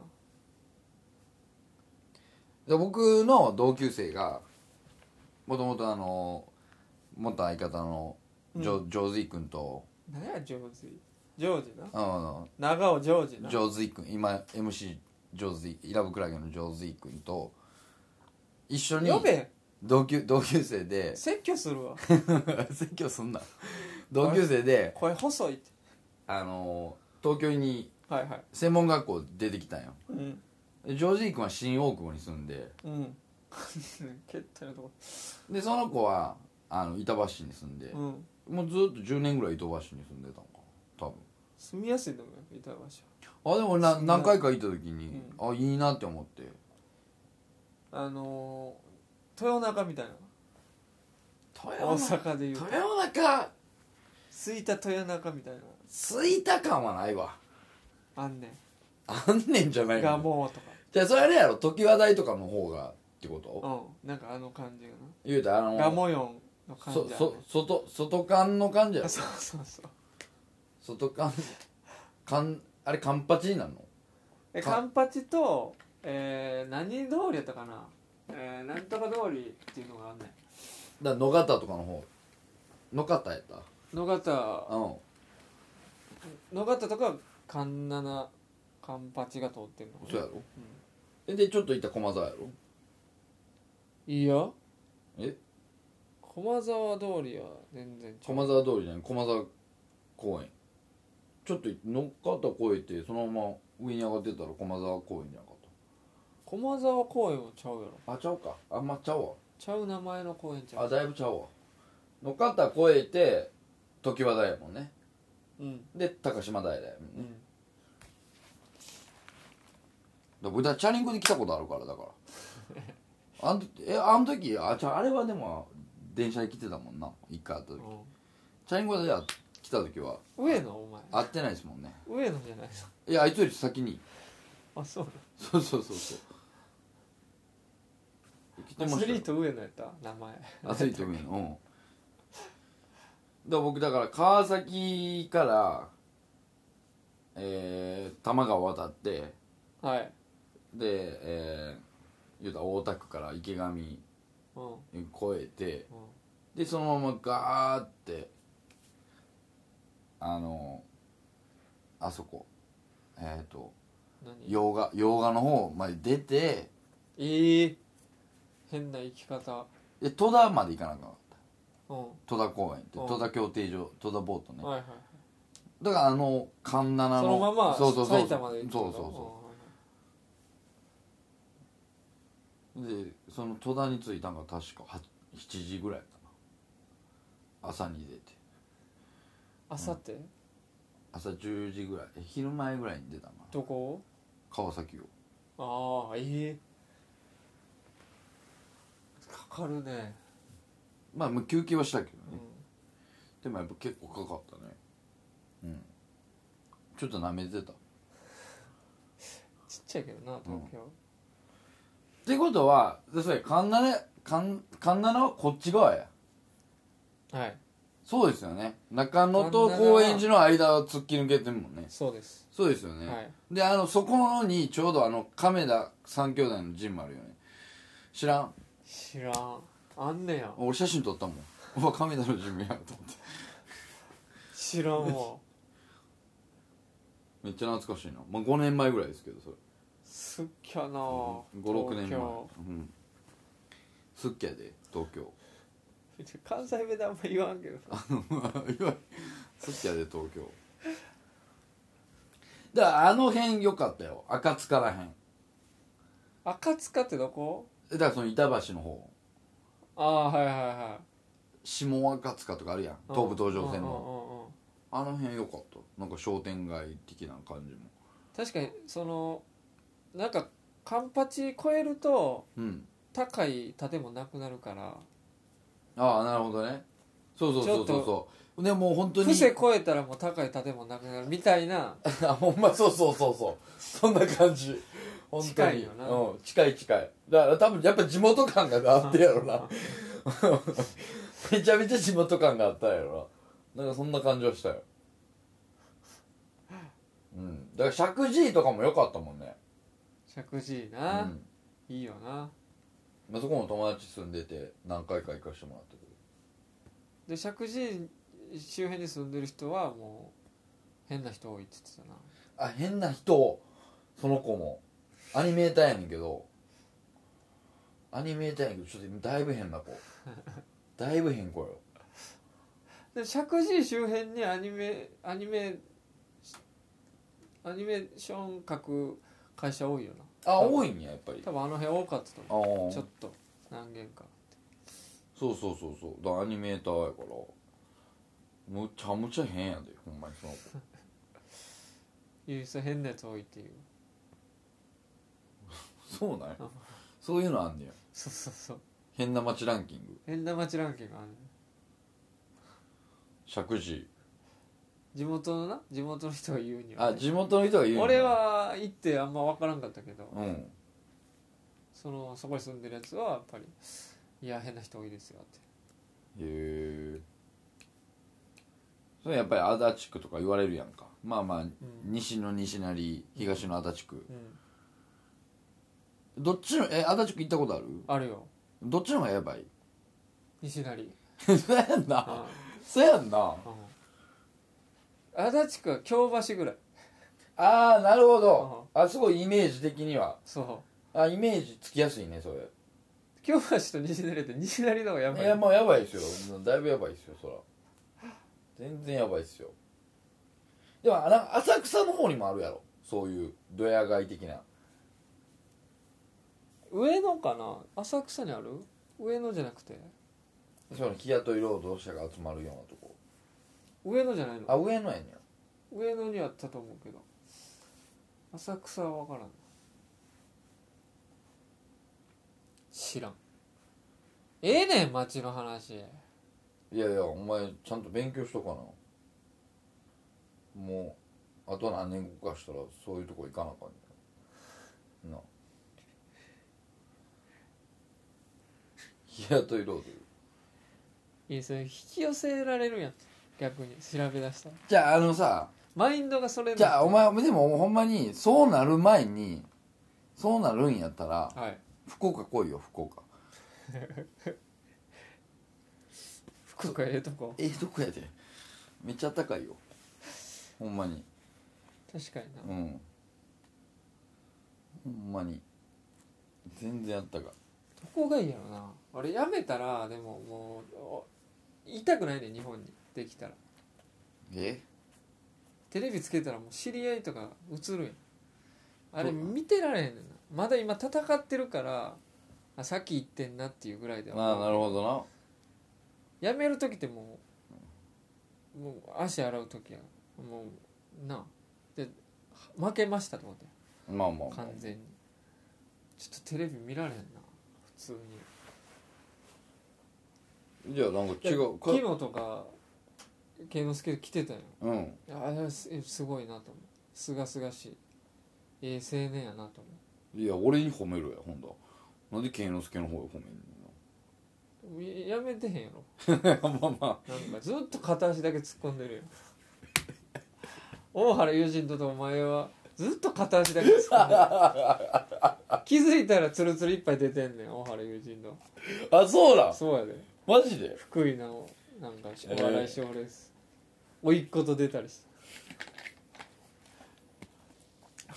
B: で僕の同級生がもともとあの元相方のジョ,、ジョーズイ君と
C: 何やジョージジョージな
B: あの
C: 長尾ジョージな
B: ジョーズイ君今 MC ジョーズイイラブクラゲのジョーズイ君と一緒に
C: 呼べ
B: 同級同級生で
C: 説教するわ
B: 説教すんな同級生で
C: 声細いって
B: あの東京に
C: はいはい
B: 専門学校出てきたんよ
C: うん
B: でジョージイ君は新大久保に住んで
C: うん 蹴ったりとこ
B: でその子はあの板橋に住んで、
C: うん
B: もうずっと10年ぐらい糸橋に住んでたのかな多
C: 住みやすいと思うよ板橋
B: 分あ
C: は
B: でもな何回か行った時
C: うん
B: に、あいいなって思って
C: あのー、豊中みたいな大
B: 豊中
C: 阪でいう
B: 豊中
C: 吹田豊中みたいな
B: すいた感はないわ
C: あんね
B: あんねんじゃなんい
C: 蒲
B: の
C: 生と
B: じゃあそれあれやろ常盤台とかの方がってこと
C: かうんなんかあの感じが
B: 言うたらあ
C: な蒲
B: の
C: 生四の感じ
B: そ
C: やね
B: そ外外観の感じや
C: あ
B: ろ
C: そうそうそう
B: 外観観あれカンパチになるの
C: え
B: か
C: カンパチと、えー、何通りやったかな、えー、なんとか通りっていうのがあんね
B: だから野方とかの方野方やった
C: ん野方
B: うん
C: 野方とか環七カンパチが通ってんのか
B: そう
C: な
B: やろ、でちょっと行った駒沢やろ
C: いいよ
B: え
C: 駒沢通りは全然違う
B: 駒沢通りじゃない駒沢公園ちょっと乗っかった越えてそのまま上に上がってったら駒沢公園じゃなかっ
C: 駒沢公園はちゃうやろ
B: たあちゃうかあんまちゃう
C: ちゃう名前の公園ちゃ
B: わあ
C: う
B: だいぶちゃうわ乗っかった越えて常盤台やもんね
C: うん
B: で高島台だよね
C: う
B: だから
C: ん
B: 僕だからチャリンコで来たことあるからだから あんとえあの時あちゃあれはでも電車で来てたもんな一回会った時チャリンコで来た時は
C: うん上野お前
B: 会ってないですもんね
C: 上野じゃない
B: いやあいつより先に
C: のあそう
B: そうそうそうそう。来
C: なのアスリー
B: ト。
C: ト上野やった名前
B: アスリート見るの。うん。だから僕だから川崎から、えー、多摩川渡って、
C: はい
B: で、えー、言うたら大田区から池上越
C: うんうん
B: えて、で、そのままガーって、あの、あそこ、えっ、ー、と、
C: 何
B: 洋画、洋画の方まで出て、
C: ええ変な生き方
B: で、戸田まで行かなあかん。
C: うん、
B: 戸田公園って
C: うん
B: 戸田競艇場戸田ボートね
C: はいはい
B: だからあの環七の
C: そのまま
B: そうそうそう
C: 埼玉で行く
B: そう
C: の
B: そうそうでその戸田に着いたのが確かは7時ぐらいかな朝に出て
C: あさって
B: 朝10時ぐらいえ昼前ぐらいに出たのかな
C: どこ
B: 川崎を
C: ああええかかるね、
B: まあもう休憩はしたけど
C: う
B: ね、
C: ん、
B: でもやっぱ結構かかったねうんちょっとなめてたっ
C: ちっちゃいけどな東京、
B: てことはでそれ環七環環七はこっち側や
C: はい
B: そうですよね中野と高円寺の間を突っ切抜けてるもんね
C: そうです、
B: そうですよね、
C: はい
B: であのそこにちょうどあの亀田三兄弟のジムあるよね知らん
C: 知らんあんねや
B: 俺写真撮ったもんうわ亀田のジムやと思って
C: 知らんわ
B: めっちゃ懐かしいな、まあ、5年前ぐらいですけどそれ
C: すっきゃな
B: 56年
C: 東
B: 前
C: 京
B: うんすっきゃで東京
C: 関西弁であんま言わんけどさ
B: そっちやで東京だからあの辺良かったよ赤塚らへん
C: 赤塚ってどこ
B: だからその板橋の方
C: ああはいはいは
B: 下赤塚とかあるやん
C: い
B: 東武東上線
C: うんう
B: の
C: んうんうん
B: あの辺良かったなんか商店街的な感じも
C: 確かにそのなんかカンパチ超えると
B: うん
C: 高い建物なくなるから
B: ああなるほどねそうそうそうそう
C: ち
B: そうねもう本当に
C: 伏せ超えたらもう高い建物なくなるみたいな
B: あほんまそうそうそうそうそんな感じ本当に
C: 近いよな
B: うん、近い近いだから多分やっぱ地元感があってやろな めちゃめちゃ地元感があったやろななんかそんな感じはしたようんだから石神井とかも良かったもんね
C: 石神井
B: う
C: な、
B: ん、
C: いいよな
B: まあ、そこも友達住んでて何回か行かしてもらったけど
C: で石神井周辺に住んでる人はもう変な人多いって言ってたな
B: あ変な人その子もアニメーターやねんけどアニメーターやねんけどちょっとだいぶ変な子だいぶ変子よ
C: で石神井周辺にアニメアニメアニメーション書く会社多いよな
B: あ
C: 多分
B: 多いんややっぱりあ
C: 多分あの辺多かったと
B: あ
C: 思う
B: ー
C: ちょっ
B: そ
C: と何軒か
B: うそうそうそうだからアニメーターやからむちゃむちゃ変やでほんまにその子
C: いやそれ変なやつ多いっていう
B: そうなんや
C: あ
B: そういうのあんねや
C: そうそうそう
B: 変な街ランキング
C: 変な街ランキングある
B: 石神井
C: 地元のな地元の人が言うには
B: あ
C: ね、
B: 地元の人が言うんや
C: 俺は行ってあんま分からんかったけど
B: うん
C: そのそこに住んでるやつはやっぱり「いや変な人多いですよ」って
B: へえそれやっぱり足立区とか言われるやんかまあまあ、西の西なり東の足立区
C: うん
B: どっちのえ足立区行ったことある
C: あるよ
B: どっちの方がやばい
C: 西成
B: そうやん
C: う
B: なんそうやんな
C: 足立区は京橋ぐらい
B: ああなるほどあすごいイメージ的には
C: そ
B: あイメージつきやすいねそれ
C: う京橋と西成って西成の方がやばい
B: いやもうやばいですよだいぶやばいですよそら全然やばいですよでもあら浅草の方にもあるやろそういうドヤ街的な
C: 上野かな浅草にある上野じゃなくて
B: その日雇い労働者が集まるようなとこ
C: 上野じゃないの
B: あ上野やねん
C: 上野にはあったと思うけど浅草は分からんな知らんええねん町の話
B: いやいやお前ちゃんと勉強しとかなもうあと何年後かしたらそういうとこ行かなあかんねんなあ日雇い労働
C: いやそれ引き寄せられるやん逆に調べ出したら
B: じゃああのさ
C: マインドがそれなん
B: じゃあお前でもほんまにそうなる前にそうなるんやったら
C: はい
B: 福岡来いよ福岡
C: 福岡ええとこ
B: ええどこやでめっちゃ高いよほんまに
C: 確かにな
B: うんほんまに全然あったか
C: どこがいいやろな俺やめたらでももうおいたくないねん日本にできたら
B: え
C: テレビつけたらもう知り合いとか映るやんあれ
B: そう
C: 見てられへんねんなまだ今戦ってるからあさっき言ってんなっていうぐらいで
B: まあなるほどな
C: やめる時ってもうもう足洗う時やもうなあで負けましたってことや
B: まあまあ、まあ
C: 完、全にちょっとテレビ見られへんな普通に
B: じゃあなんか違うか
C: キモとか圭之介来てたよ
B: うん
C: いやあれはすすごいなと思うすがすがしいええ青年やなと思
B: いや俺に褒めろやほんだなんで健之介の方を褒めん
C: うややめてへんやろ
B: の まあま
C: なんかずっと片足だけ突っ込んでるよ大原友人ととお前はずっと片足だけ突っ込んでる気づいたらツルツルいっぱい出てんねん大原友人の
B: ああそうだ
C: そうやで
B: マジで
C: 福井のなんか
B: えー
C: お笑い賞レースおいっ子と出たりして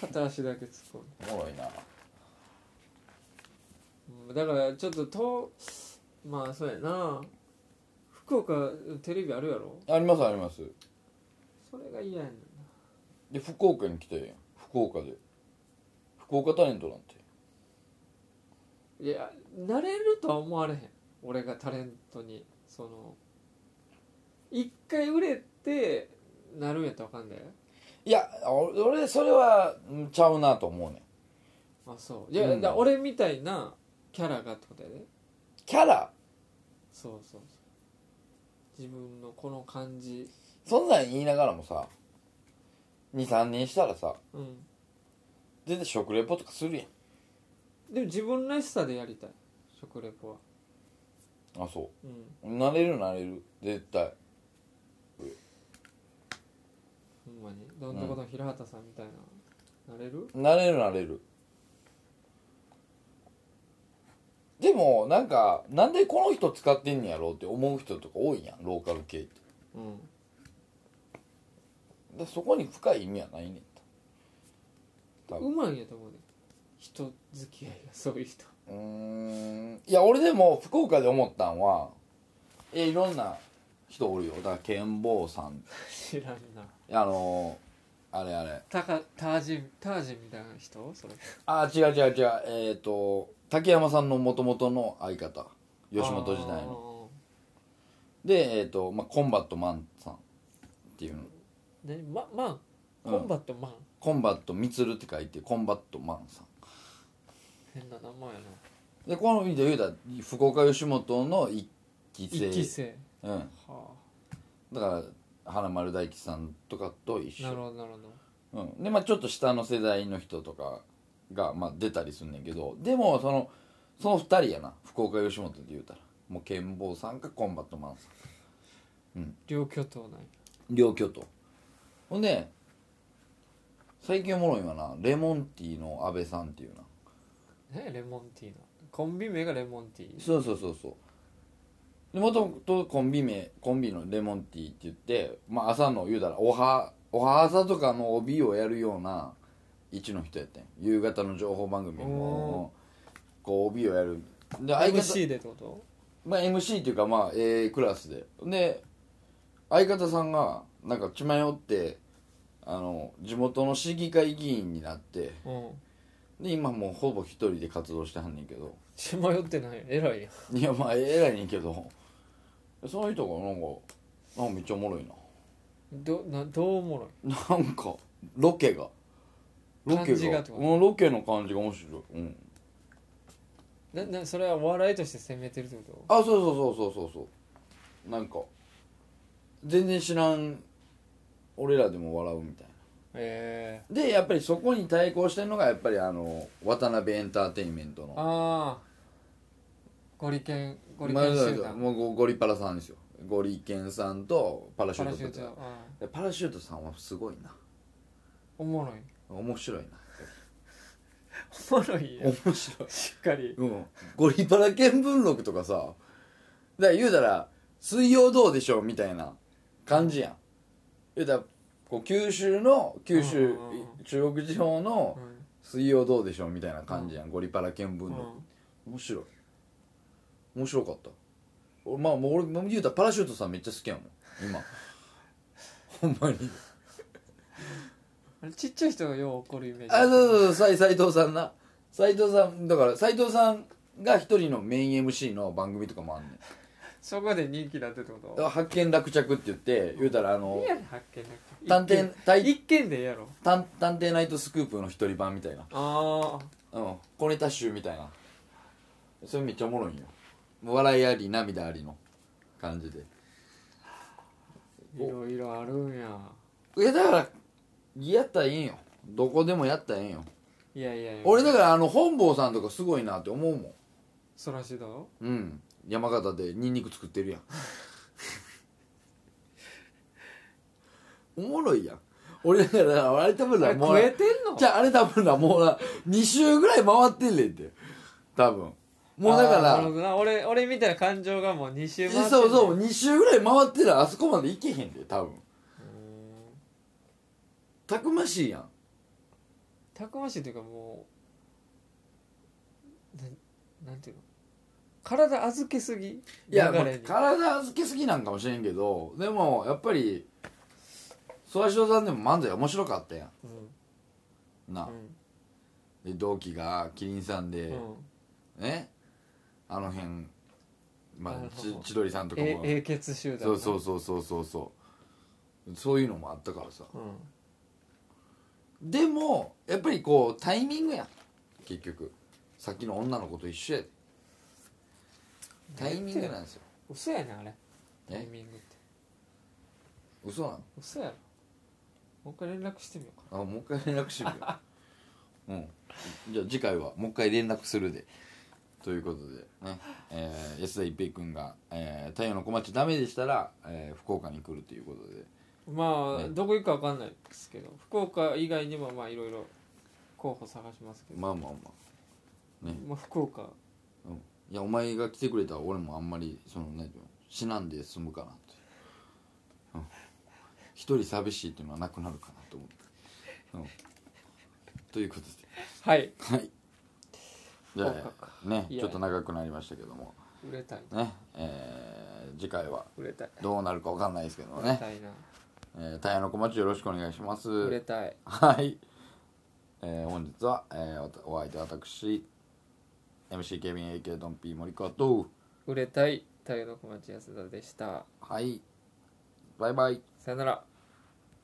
C: 片足だけ突っ込んで
B: おもろいな
C: うんだからちょっととまあそうやな福岡テレビあるやろ
B: ありますあります
C: それが嫌やねんな
B: で福岡に来てんやん福岡で福岡タレントなんて
C: いやなれるとは思われへん俺がタレントにその一回売れてなるんやったらわかんない
B: いや俺俺それはうんちゃうなと思うねん
C: あそういや、
B: うん
C: だから俺みたいなキャラがってことやで
B: キャラ
C: そうそうそう自分のこの感じ
B: そんなん言いながらもさ23年したらさ
C: うん
B: 全然食レポとかするや
C: でも自分らしさでやりたい食レポは
B: んあそ
C: うん
B: うなれるなれる絶対
C: ほんまにどんなことも平畑さんみたいな、なれる
B: なれるなれるでもなんかなんでこの人使ってんねやろうって思う人とか多いやんローカル系って
C: うん
B: だそこに深い意味はないねんと多
C: う
B: 分
C: まいんやと思うね人付き合いがそういう人
B: うーんいや俺でも福岡で思ったんはえいろんな人おるよだから健坊さん
C: 知らんな
B: あのあれあれ
C: タカタージンタージンみたいな人それ
B: あ違う違う違うえっ、と竹山さんのもともとの相方吉本時代の
C: の
B: でえっ、と、まあ、コンバットマンさんっていうの
C: 何ママン
B: うん
C: コンバットマン、
B: コンバットみつるって書いてコンバットマンさん
C: 変な名前やな
B: でこの意味で言うたら福岡吉本の一期生
C: 一期生
B: うん、
C: は
B: だから花丸大吉さんとかと一
C: あなる
B: 緒、
C: ほどなるほど
B: うん、でまあちょっと下の世代の人とかが、まあ、出たりすんねんけどでもそのその2人やな福岡吉本で言うたらもう健坊さんかコンバットマンさん
C: 両巨頭なんや
B: 両巨頭ほんで最近おもろいわなレモンティーの安倍さんっていうな
C: ねレモンティーのコンビ名がレモンティー
B: そうそうそうそうでもともとコンビ名コンビのレモンティーって言って、まあ、朝の言うたらおはおは朝とかの帯をやるような位置の人やったんよ夕方の情報番組もこう帯をやるで相方
C: MC でってこと
B: まあ、MC っていうかまあ A クラスでで相方さんがなんか血迷ってあの地元の市議会議員になって
C: うん
B: で今もうほぼ一人で活動してはんねんけど
C: 血迷ってない偉いやん
B: いやまあ偉いねんけどその人がなんかなんかめっちゃおもろい
C: どなどうおもろい
B: ななんかロケがロケ
C: 感じがってこと
B: うんロケの感じが面白い、うん、
C: ななそれはお笑いとして攻めてるってこ
B: あそうそうそうそうそうそうなんか全然知らん俺らでも笑うみたいな
C: とえ
B: でやっぱりそこに対抗してるのがやっぱりあの渡辺エンターテインメント
C: え
B: の
C: ああゴリケンゴリケ
B: まあ
C: ン集団
B: もうゴゴリパラさんですよゴリケンさんとパラシ
C: パ
B: ュ
C: ラ
B: ー
C: シ
B: ト
C: ュ
B: っ
C: ート
B: て
C: ああ
B: パラシュートさんはすごいな
C: おもろい
B: 面白いな
C: おもろいやん
B: 面白い
C: しっかり
B: うんゴリパラ見聞録とかさだから言うたら「水曜どうでしょう」みたいな感じやん言うたらこう九州の九州
C: うんうんうん
B: 中国地方の
C: うん
B: 「水曜どうでしょう」みたいな感じやんゴリパラ見聞
C: う
B: 録
C: ん
B: 面白い面白かった俺まあもう俺もう言うたらパラシュートさんめっちゃ好きやもん今 ほんまに
C: あれちっちゃい人がよう怒るイメージ
B: あそうそう斎藤さんな斎藤さんだから斎藤さんが一人のメイン MC の番組とかもあんねんだ
C: そこで人気だってってこ
B: から
C: と
B: 発見落着って言って言うたらあの
C: いや発見なく
B: 探偵大
C: 一軒でええやろ
B: 探探偵ナイトスクープの一人版みたいな
C: ああ
B: うん小ネタ集みたいなそれめっちゃおもろいんよ笑いあり涙ありの感じで
C: いろいろあるんや
B: いやだからやったらええんよどこでもやったらええんよ
C: いやいやいや
B: 俺だからあの本坊さんとかすごいなって思うも
C: そらしだろ
B: んうん山形でニンニク作ってるやんおもろいやん俺だからあれ多分な
C: あれ
B: も
C: 食
B: う
C: えてんの
B: じゃああれ多分なもうな2周ぐらい回ってんねんって多分もうだか
C: あーなる
B: ら
C: ほどな俺俺みたいな感情がもう2周
B: え
C: 回ってんね
B: そうそう2周ぐらい回ってるあそこまで行けへんで多分
C: うーん
B: たくましいやん
C: たくましいというかもうななんていうの体預けすぎ
B: いや、まあ
C: 流れに
B: 体預けすぎなんかもしれんけどでもやっぱり諏訪うさんでも漫才面白かったや
C: うん
B: んな、で同期がキリンさんで、
C: うん
B: ねあの辺ま
C: なる
B: あ
C: ほど
B: ち千鳥さんとか
C: え
B: も
C: 英傑集団
B: そ
C: な
B: うそうそうそうそうそうそういうのもあったからさ
C: うん
B: でもやっぱりこうタイミングやん結局さっきの女の子と一緒やでタイミングなんですよ
C: 嘘やねんあれ
B: え
C: タイミングって
B: 嘘なの
C: 嘘やろもう一回連絡してみようか
B: あもう一回連絡してみよう うんじゃあ次回はもう一回連絡するでということでね、えー安田一平君が、えー太陽の小町ダメでしたら、えー福岡に来るということで
C: まあ
B: ね
C: どこ行くか分かんないですけど福岡以外にもまあいろいろ候補探しますけど
B: まあまあまあね
C: まあ福岡
B: うんいやお前が来てくれたら俺もあんまりそのね死なんで済むかなとうん一人寂しいっていうのはなくなるかなと思って、うん、ということで
C: はい
B: はいじゃ
C: 福岡か
B: あね
C: いや
B: ちょっと長くなりましたけども
C: 売れたい
B: ねえー次回は
C: 売れたい
B: どうなるかわかんないですけども
C: 売れ
B: ね
C: たいな
B: 「えー、タイヤの小町」よろしくお願いしま
C: 売れ
B: す
C: たい
B: はい、えー本日は、えーおお相手は私 MC ケビン AK ドンピー森川と
C: 売れたい太陽の小町安田でした
B: はい。バイバイ。
C: さよなら